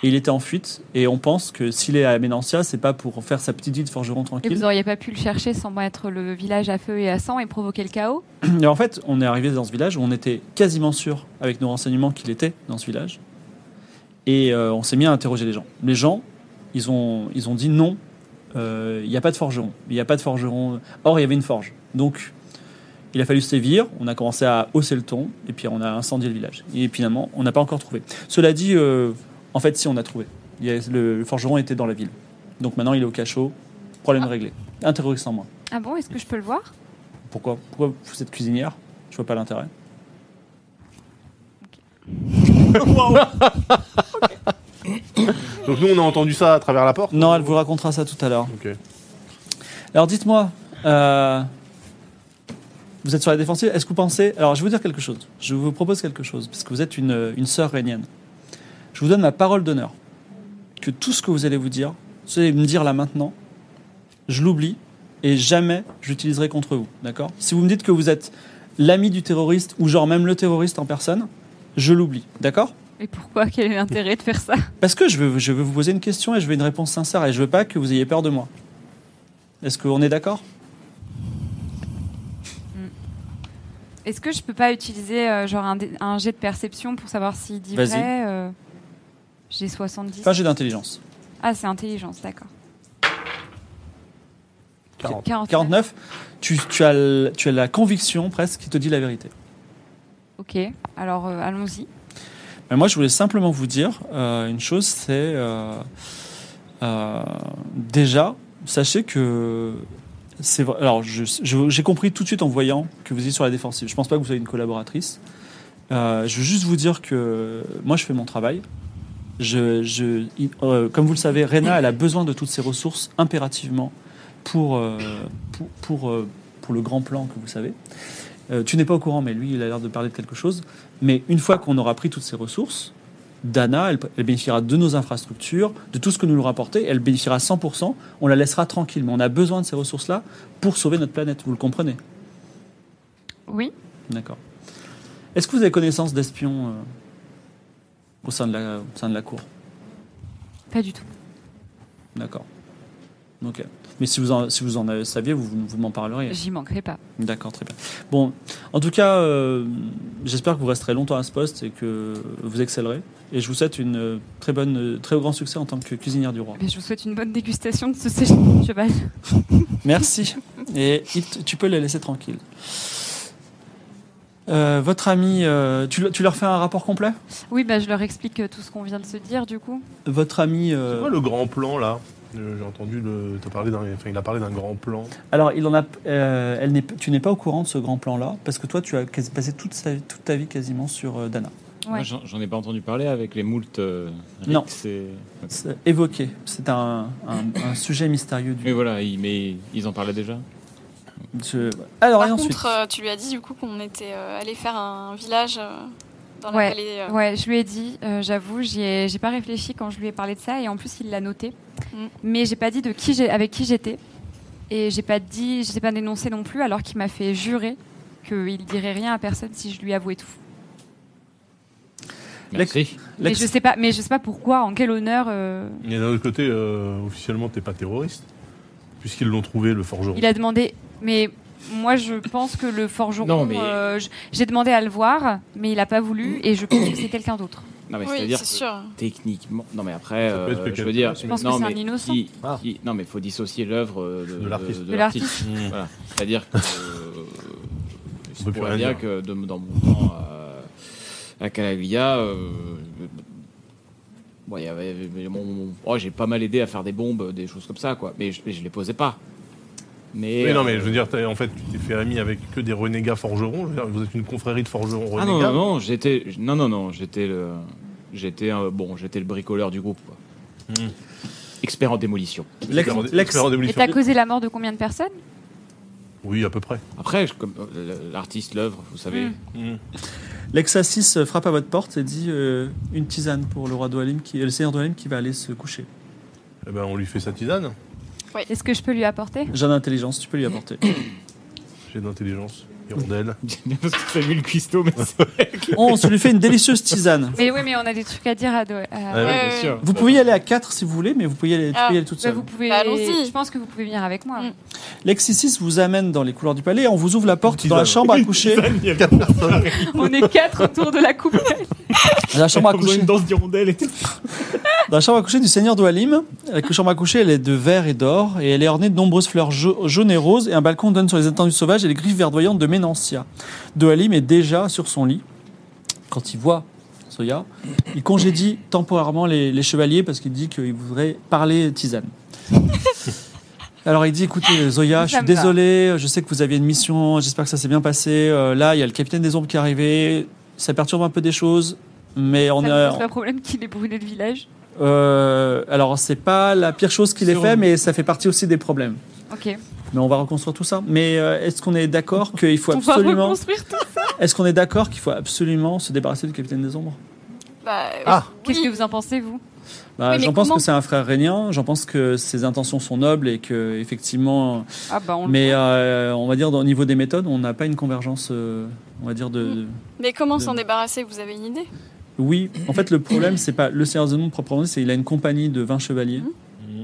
Speaker 1: Et il était en fuite. Et on pense que s'il est à Ménancia, c'est pas pour faire sa petite vie de forgeron
Speaker 3: Et vous
Speaker 1: tranquille.
Speaker 3: n'auriez pas pu le chercher sans mettre le village à feu et à sang et provoquer le chaos
Speaker 1: Et en fait, on est arrivé dans ce village où on était quasiment sûr, avec nos renseignements, qu'il était dans ce village. Et euh, on s'est mis à interroger les gens. Les gens, ils ont, ils ont dit non, euh, il n'y a pas de forgeron. Il n'y a pas de forgeron. Or, il y avait une forge. Donc, il a fallu sévir. On a commencé à hausser le ton. Et puis, on a incendié le village. Et finalement, on n'a pas encore trouvé. Cela dit, euh, en fait, si, on a trouvé. Il y a- le, le forgeron était dans la ville. Donc maintenant, il est au cachot. Problème réglé. Interrogé sans moi.
Speaker 3: Ah bon, est-ce que je peux le voir
Speaker 1: Pourquoi, pourquoi vous êtes cuisinière Je vois pas l'intérêt.
Speaker 5: Donc nous, on a entendu ça à travers la porte.
Speaker 1: Non, elle vous racontera ça tout à l'heure.
Speaker 5: Ok.
Speaker 1: Alors dites-moi, euh, vous êtes sur la défensive, est-ce que vous pensez... Alors je vais vous dire quelque chose, je vous propose quelque chose, parce que vous êtes une, une sœur rénienne. Je vous donne ma parole d'honneur, que tout ce que vous allez vous dire, ce que vous allez me dire là maintenant, je l'oublie, et jamais j'utiliserai contre vous, d'accord Si vous me dites que vous êtes l'ami du terroriste, ou genre même le terroriste en personne, je l'oublie, d'accord
Speaker 3: Et pourquoi Quel est l'intérêt de faire ça
Speaker 1: parce que je veux, je veux vous poser une question et je veux une réponse sincère et je veux pas que vous ayez peur de moi. Est-ce qu'on est d'accord
Speaker 3: Est-ce que je peux pas utiliser euh, genre un, dé- un jet de perception pour savoir s'il dit
Speaker 1: Vas-y.
Speaker 3: vrai euh, J'ai 70.
Speaker 1: Enfin, j'ai d'intelligence.
Speaker 3: Ah, c'est intelligence, d'accord.
Speaker 5: 40.
Speaker 3: 49.
Speaker 1: 49, tu, tu as, le- tu as la conviction presque qui te dit la vérité.
Speaker 3: Ok, alors euh, allons-y.
Speaker 1: Mais moi, je voulais simplement vous dire euh, une chose, c'est euh, euh, déjà, sachez que c'est vrai- Alors, je- je- j'ai compris tout de suite en voyant que vous êtes sur la défensive. Je pense pas que vous soyez une collaboratrice. Euh, je veux juste vous dire que moi, je fais mon travail. Je, je- il- euh, comme vous le savez, Rena, elle a besoin de toutes ses ressources impérativement pour euh, pour pour, euh, pour le grand plan que vous savez. Euh, tu n'es pas au courant, mais lui, il a l'air de parler de quelque chose. Mais une fois qu'on aura pris toutes ces ressources, Dana, elle, elle bénéficiera de nos infrastructures, de tout ce que nous lui rapportons. Elle bénéficiera 100%. On la laissera tranquille. Mais on a besoin de ces ressources-là pour sauver notre planète. Vous le comprenez
Speaker 3: Oui,
Speaker 1: D'accord. Est-ce que vous avez connaissance d'espions euh, au, sein de la- au sein de la cour
Speaker 3: pas du tout.
Speaker 1: D'accord. Ok. Mais si vous en, si vous en avez- saviez, vous, vous m'en parleriez.
Speaker 3: J'y manquerai pas.
Speaker 1: D'accord, très bien. Bon, en tout cas, euh, j'espère que vous resterez longtemps à ce poste et que vous excellerez. Et je vous souhaite une euh, très bonne, euh, très grand succès en tant que cuisinière du roi.
Speaker 3: Mais je vous souhaite une bonne dégustation de ce séchage de cheval.
Speaker 1: Merci. Et il te- tu peux les laisser tranquilles. Euh, votre ami, euh, tu, le- tu leur fais un rapport complet
Speaker 3: Oui, bah, je leur explique euh, tout ce qu'on vient de se dire du coup.
Speaker 1: Votre ami. euh,
Speaker 5: C'est quoi le grand plan là Euh, J'ai entendu le. T'as parlé d'un. Enfin, il a parlé d'un grand plan.
Speaker 1: Alors, il en a, euh, elle n'est, tu n'es pas au courant de ce grand plan-là, parce que toi, tu as quasi- passé toute, sa- toute ta vie quasiment sur euh, Dana.
Speaker 3: Ouais.
Speaker 4: Moi, j'en j'en ai pas entendu parler avec les moult. euh, Rix
Speaker 1: Non.
Speaker 4: et-
Speaker 1: C'est évoqué. C'est un, un- un sujet mystérieux du.
Speaker 4: Mais voilà, ils, mais ils en parlaient déjà.
Speaker 1: Je- Alors,
Speaker 6: Par
Speaker 1: et ensuite.
Speaker 6: contre, euh, tu lui as dit du coup qu'on était euh, allé faire un village euh, dans la
Speaker 3: Ouais.
Speaker 6: vallée. euh,
Speaker 3: Ouais, je lui ai dit, euh, j'avoue, j'y ai, j'ai pas réfléchi quand je lui ai parlé de ça et en plus il l'a noté.
Speaker 6: Mm.
Speaker 3: Mais j'ai pas dit de qui j'ai, avec qui j'étais et j'ai pas dit, je l'ai pas dénoncé non plus alors qu'il m'a fait jurer qu'il dirait rien à personne si je lui avouais tout.
Speaker 4: Merci.
Speaker 3: Mais je sais pas, mais je sais pas pourquoi, en quel honneur. euh,
Speaker 5: Et d'un autre côté, euh, officiellement, t'es pas terroriste. Puisqu'ils l'ont trouvé, le forgeron.
Speaker 3: Il a demandé, mais Moi, je pense que le forgeron.
Speaker 4: Non, mais-
Speaker 3: euh, j- J'ai demandé à le voir, mais il n'a pas voulu, et je pense que c'est quelqu'un d'autre.
Speaker 4: Non, mais
Speaker 6: Oui,
Speaker 4: c'est-à-dire
Speaker 6: c'est
Speaker 4: que
Speaker 6: sûr.
Speaker 4: techniquement. Non, mais après,
Speaker 5: Ça peut être
Speaker 4: euh,
Speaker 5: que
Speaker 4: je veux
Speaker 5: quelqu'un-
Speaker 4: dire.
Speaker 5: Je
Speaker 3: pense que
Speaker 4: non,
Speaker 3: c'est un
Speaker 4: mais
Speaker 3: innocent.
Speaker 4: qui-
Speaker 5: Ah.
Speaker 4: qui- non, mais il faut dissocier l'œuvre euh, de,
Speaker 5: De l'artiste.
Speaker 4: de
Speaker 3: De l'artiste.
Speaker 5: Hmm.
Speaker 4: l'artiste. Voilà. C'est-à-dire que. euh,
Speaker 5: On
Speaker 4: je
Speaker 5: peut plus
Speaker 4: pourrais
Speaker 5: rien
Speaker 4: dire
Speaker 5: dire.
Speaker 4: que de- dans mon temps euh, à, à Calaglia. euh, bon, il y avait- mais mon- mon- oh, j'ai pas mal aidé à faire des bombes, des choses comme ça, quoi. Mais je, mais je les posais pas. Mais.
Speaker 5: Oui, non, mais
Speaker 4: euh,
Speaker 5: je veux dire, t'as- en fait, tu t'es fait ami avec que des renégats forgerons. Je veux dire, vous êtes une confrérie de forgerons renégats.
Speaker 4: Ah non, non, non, j'étais. Non, non, non, j'étais le. J'étais euh, bon, j'étais le bricoleur du groupe. quoi.
Speaker 5: Mm.
Speaker 4: Expert en démolition.
Speaker 1: L'ex-
Speaker 5: Expert en-
Speaker 1: l'ex-
Speaker 5: expert en
Speaker 3: Et
Speaker 5: démolition.
Speaker 3: t'as causé la mort de combien de personnes
Speaker 5: Oui, à peu près.
Speaker 4: Après, je- comme, euh, l'artiste, l'œuvre, vous savez.
Speaker 3: Mm.
Speaker 1: L'ex-assis euh, frappe à votre porte et dit euh, une tisane pour le roi d'Oalim, qui, euh, le seigneur d'Oalim qui va aller se coucher.
Speaker 5: Eh ben, on lui fait sa tisane.
Speaker 3: Est-ce que je peux lui apporter
Speaker 1: J'ai d'intelligence, tu peux lui apporter.
Speaker 5: J'ai d'intelligence. Hirondelle.
Speaker 4: Bien parce que t'as vu le cuistot, mais c'est
Speaker 1: On se lui fait une délicieuse tisane.
Speaker 3: Mais oui, mais on a des trucs à dire à. Do- à-
Speaker 5: Ah oui,
Speaker 6: Ouais,
Speaker 4: bien sûr.
Speaker 1: Vous pouvez y aller à 4 si vous voulez, mais vous pouvez y aller, tu
Speaker 6: Ah,
Speaker 1: peux y aller toute
Speaker 3: Bah,
Speaker 1: seule.
Speaker 3: vous pouvez.
Speaker 6: Bah, allons-y.
Speaker 3: je pense que vous pouvez venir avec moi.
Speaker 6: Mm.
Speaker 1: L'ex-6 vous amène dans les couloirs du palais, on vous ouvre la porte
Speaker 5: Une
Speaker 1: dans la
Speaker 5: tisane.
Speaker 1: chambre à coucher.
Speaker 3: On est quatre autour de la coupe.
Speaker 1: Dans la chambre à
Speaker 4: Comme dans
Speaker 1: coucher.
Speaker 4: une danse d'hirondelle et tout.
Speaker 1: Dans la chambre à coucher du seigneur d'Oalim, la chambre à coucher elle est de verre et d'or et elle est ornée de nombreuses fleurs jau- jaunes et roses et un balcon donne sur les étendues sauvages et les griffes verdoyantes de Ménancia. D'Oalim est déjà sur son lit. Quand il voit Soya, il congédie temporairement les, les chevaliers parce qu'il dit qu'il voudrait parler tisane. Alors il dit écoutez Zoya, je
Speaker 3: Ça
Speaker 1: suis
Speaker 3: me va.
Speaker 1: désolé, je sais que vous aviez une mission, j'espère que ça s'est bien passé. Euh, là, il y a le capitaine des ombres qui est arrivé, ça perturbe un peu des choses, mais on euh,
Speaker 3: Ça
Speaker 1: a
Speaker 3: ne pose pas problème qu'il ait brûlé le village.
Speaker 1: euh, alors, c'est pas la pire chose qu'il ait
Speaker 4: Sur-
Speaker 1: fait, mais ça fait partie aussi des problèmes.
Speaker 3: Ok.
Speaker 1: Mais on va reconstruire tout ça. Mais euh, est-ce qu'on est d'accord qu'il faut
Speaker 3: on va
Speaker 1: absolument,
Speaker 3: reconstruire tout.
Speaker 1: est-ce qu'on est d'accord qu'il faut absolument se débarrasser du capitaine des ombres
Speaker 6: Bah,
Speaker 5: Ah.
Speaker 3: Qu'est-ce que vous en pensez, vous
Speaker 1: Bah,
Speaker 6: Oui, mais
Speaker 1: J'en pense
Speaker 6: comment
Speaker 1: que c'est un frère régnant. J'en pense que ses intentions sont nobles et que effectivement,
Speaker 3: Ah, bah, on le-
Speaker 1: mais euh, on va dire dans- au niveau des méthodes, on n'a pas une convergence, euh, on va dire de.
Speaker 3: Mm.
Speaker 1: de-
Speaker 6: Mais comment
Speaker 5: Mmh.
Speaker 6: s'en débarrasser Vous avez une idée
Speaker 1: Oui, en fait, le problème, c'est pas le Seigneur des Noms proprement dit, c'est qu'il a une compagnie de 20 chevaliers.
Speaker 3: Mm.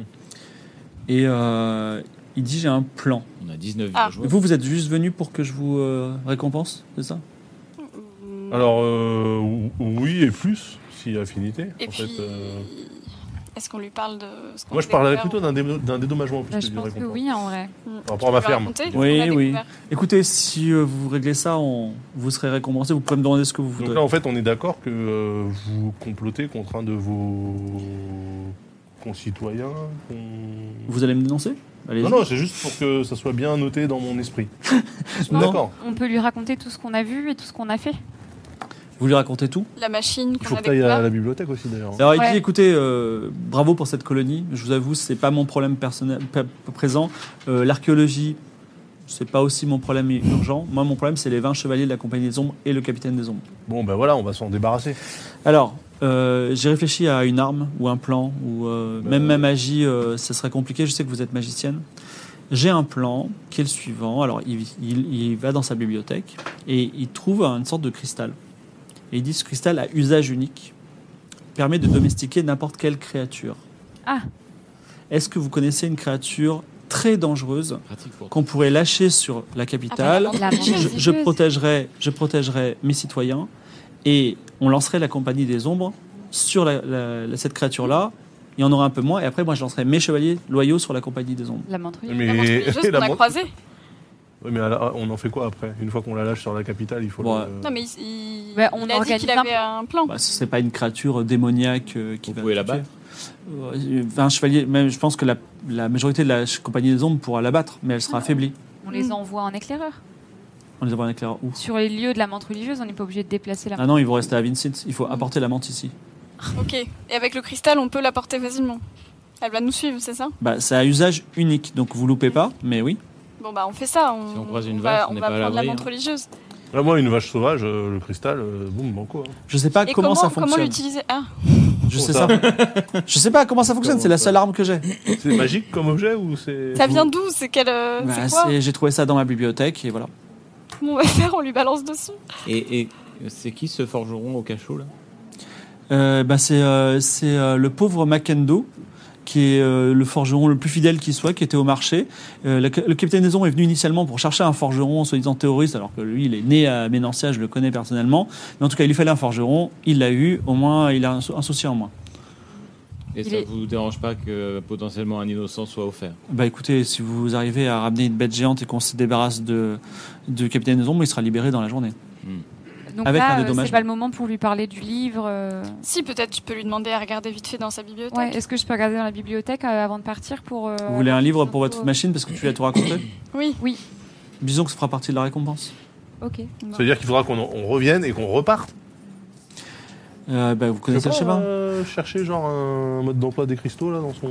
Speaker 1: Et euh, il dit J'ai un plan.
Speaker 4: On a 19
Speaker 6: Ah.
Speaker 4: villageois.
Speaker 1: Vous, vous êtes juste venu pour que je vous euh, récompense, c'est ça
Speaker 5: Alors, euh, ou- oui et plus, si affinité.
Speaker 6: Et
Speaker 5: en
Speaker 6: puis.
Speaker 5: fait, euh,
Speaker 6: Est-ce qu'on lui parle de ce qu'on
Speaker 5: Moi, je
Speaker 6: a
Speaker 5: parlerais
Speaker 6: découvert
Speaker 5: plutôt d'un dédo- d'un dédommagement en plus
Speaker 3: Bah,
Speaker 5: que
Speaker 3: je
Speaker 5: d'une
Speaker 3: pense que
Speaker 5: récompense.
Speaker 3: oui, en vrai.
Speaker 6: ou-
Speaker 5: Par rapport à ma
Speaker 6: Mm. Tu veux
Speaker 5: ferme.
Speaker 6: raconter ce
Speaker 1: Oui,
Speaker 6: qu'on a
Speaker 1: oui.
Speaker 6: découvert
Speaker 1: Écoutez, si euh, vous réglez ça, on, vous serez récompensé. Vous pouvez me demander ce que vous
Speaker 5: Donc
Speaker 1: voulez.
Speaker 5: là, en fait, on est d'accord que euh, vous complotez contre un de vos concitoyens. qu'on-
Speaker 1: Vous allez me dénoncer allez
Speaker 5: Non, non, c'est juste pour que ça soit bien noté dans mon esprit.
Speaker 1: Non.
Speaker 5: D'accord.
Speaker 3: On peut lui raconter tout ce qu'on a vu et tout ce qu'on a fait.
Speaker 1: Vous lui racontez tout.
Speaker 6: La machine
Speaker 5: Il
Speaker 6: qu'on
Speaker 5: faut
Speaker 6: a
Speaker 5: que tu ailles à
Speaker 6: découvert.
Speaker 5: la bibliothèque aussi, d'ailleurs.
Speaker 1: Alors il
Speaker 3: Ouais.
Speaker 1: dit écoutez, euh, bravo pour cette colonie. Je vous avoue, c'est pas mon problème personnel pa- pa- présent. Euh, L'archéologie, c'est pas aussi mon problème urgent. Moi, mon problème, c'est les 20 chevaliers de la compagnie des ombres et le capitaine des ombres.
Speaker 5: Bon, ben voilà, on va s'en débarrasser.
Speaker 1: Alors, euh, j'ai réfléchi à une arme ou un plan, ou euh,
Speaker 5: Bah,
Speaker 1: même
Speaker 5: euh,
Speaker 1: ma magie, euh, ça serait compliqué. Je sais que vous êtes magicienne. J'ai un plan qui est le suivant. Alors, il, il- il va dans sa bibliothèque et il trouve une sorte de cristal. Et il dit ce cristal à usage unique permet de domestiquer n'importe quelle créature.
Speaker 3: Ah.
Speaker 1: Est-ce que vous connaissez une créature très dangereuse
Speaker 4: Pratique pour
Speaker 1: qu'on pourrait lâcher sur la
Speaker 6: Ah,
Speaker 1: capitale
Speaker 3: La
Speaker 1: je, je
Speaker 3: protégeuse.
Speaker 1: protégerai, je protégerai mes citoyens et on lancerait la compagnie des ombres sur la- la- la- cette créature-là. Il y en aura un peu moins et après moi je lancerai mes chevaliers loyaux sur la compagnie des ombres.
Speaker 3: La menterie.
Speaker 6: La
Speaker 5: Mais,
Speaker 6: monstrueuse qu'on
Speaker 5: la
Speaker 6: a
Speaker 5: mon-
Speaker 6: croisée.
Speaker 5: Ouais, mais alors, on en fait quoi après Une fois qu'on la lâche sur la capitale, il faut.
Speaker 1: Bon,
Speaker 5: le-
Speaker 6: Non, mais il, il-
Speaker 3: Bah, on
Speaker 6: il a dit
Speaker 3: organise
Speaker 6: qu'il
Speaker 3: un-
Speaker 6: avait un plan.
Speaker 1: Bah, c'est pas une créature démoniaque euh, qui
Speaker 4: Vous
Speaker 1: va
Speaker 4: pouvez
Speaker 1: nous
Speaker 4: la
Speaker 1: tuer.
Speaker 4: battre
Speaker 1: Euh, Un chevalier, même je pense que la, la majorité de la ch- compagnie des ombres pourra la battre, mais elle sera affaiblie.
Speaker 3: On les
Speaker 6: Mm.
Speaker 3: envoie en éclaireur.
Speaker 1: On les envoie en éclaireur où
Speaker 3: Sur les lieux de la menthe religieuse, on n'est pas obligé de déplacer la
Speaker 1: Ah non, ils vont rester à Vincent. Il faut apporter la menthe ici.
Speaker 6: Ok. Et avec le cristal, on peut la porter facilement. Elle va nous suivre, c'est ça
Speaker 1: Bah, c'est à usage unique, donc vous loupez pas. Mais oui.
Speaker 6: Bon, bah, on fait ça. On,
Speaker 4: Si on croise une
Speaker 6: va,
Speaker 4: vache, on n'est
Speaker 6: va
Speaker 4: pas à
Speaker 6: prendre la
Speaker 4: l'abri,
Speaker 6: montre
Speaker 4: hein.
Speaker 6: religieuse.
Speaker 5: Là, Ah, moi, une vache sauvage, euh, le cristal, euh, boum, banco. hein.
Speaker 1: Je sais pas
Speaker 6: Et
Speaker 1: Ah, comment, ça fonctionne.
Speaker 6: l'utiliser Ah,
Speaker 1: je
Speaker 5: Oh,
Speaker 1: sais ça.
Speaker 5: ça.
Speaker 1: Je sais pas comment ça fonctionne. C'est la seule arme
Speaker 6: Euh,
Speaker 1: que j'ai.
Speaker 5: C'est magique comme objet ou c'est.
Speaker 6: ça vient d'où C'est quel. euh,
Speaker 1: Bah,
Speaker 6: c'est quoi
Speaker 1: c'est- J'ai trouvé ça dans ma bibliothèque et voilà.
Speaker 6: Comment on va faire On lui balance dessus.
Speaker 4: Et, et c'est qui ce forgeron au cachot là
Speaker 1: Euh, bah, c'est euh, c'est, euh, le pauvre Mackendo qui est euh, le forgeron le plus fidèle qui soit, qui était au marché. Euh, la- le capitaine Aison est venu initialement pour chercher un forgeron, soi-disant terroriste, alors que lui, il est né à Ménancia, je le connais personnellement. Mais en tout cas, il lui fallait un forgeron, il l'a eu, au moins, il a un, sou- un souci en moins.
Speaker 4: Et
Speaker 3: Il
Speaker 4: ça
Speaker 3: est-
Speaker 4: vous dérange pas que euh, potentiellement un innocent soit offert
Speaker 1: Bah écoutez, si vous arrivez à ramener une bête géante et qu'on se débarrasse de, du capitaine Aison, il sera libéré dans la journée.
Speaker 3: Donc
Speaker 1: Avec un
Speaker 3: là, euh,
Speaker 1: dédommagement.
Speaker 3: c'est pas le moment pour lui parler du livre. euh,
Speaker 6: Si, peut-être tu peux lui demander à regarder vite fait dans sa bibliothèque.
Speaker 3: Ouais, est-ce que je peux regarder dans la bibliothèque euh, avant de partir pour. euh,
Speaker 1: vous voulez un livre pour votre
Speaker 3: infos
Speaker 1: machine parce que tu l'as tout raconté
Speaker 6: Oui.
Speaker 3: Oui.
Speaker 1: Disons que ça fera partie de la récompense.
Speaker 3: Ok.
Speaker 5: Ça veut dire qu'il faudra qu'on en- on revienne et qu'on reparte.
Speaker 1: Euh, bah, vous
Speaker 5: Tu
Speaker 1: connaissez
Speaker 5: peux
Speaker 1: le
Speaker 5: pas,
Speaker 1: schéma
Speaker 5: euh, chercher genre un mode d'emploi des cristaux là dans son.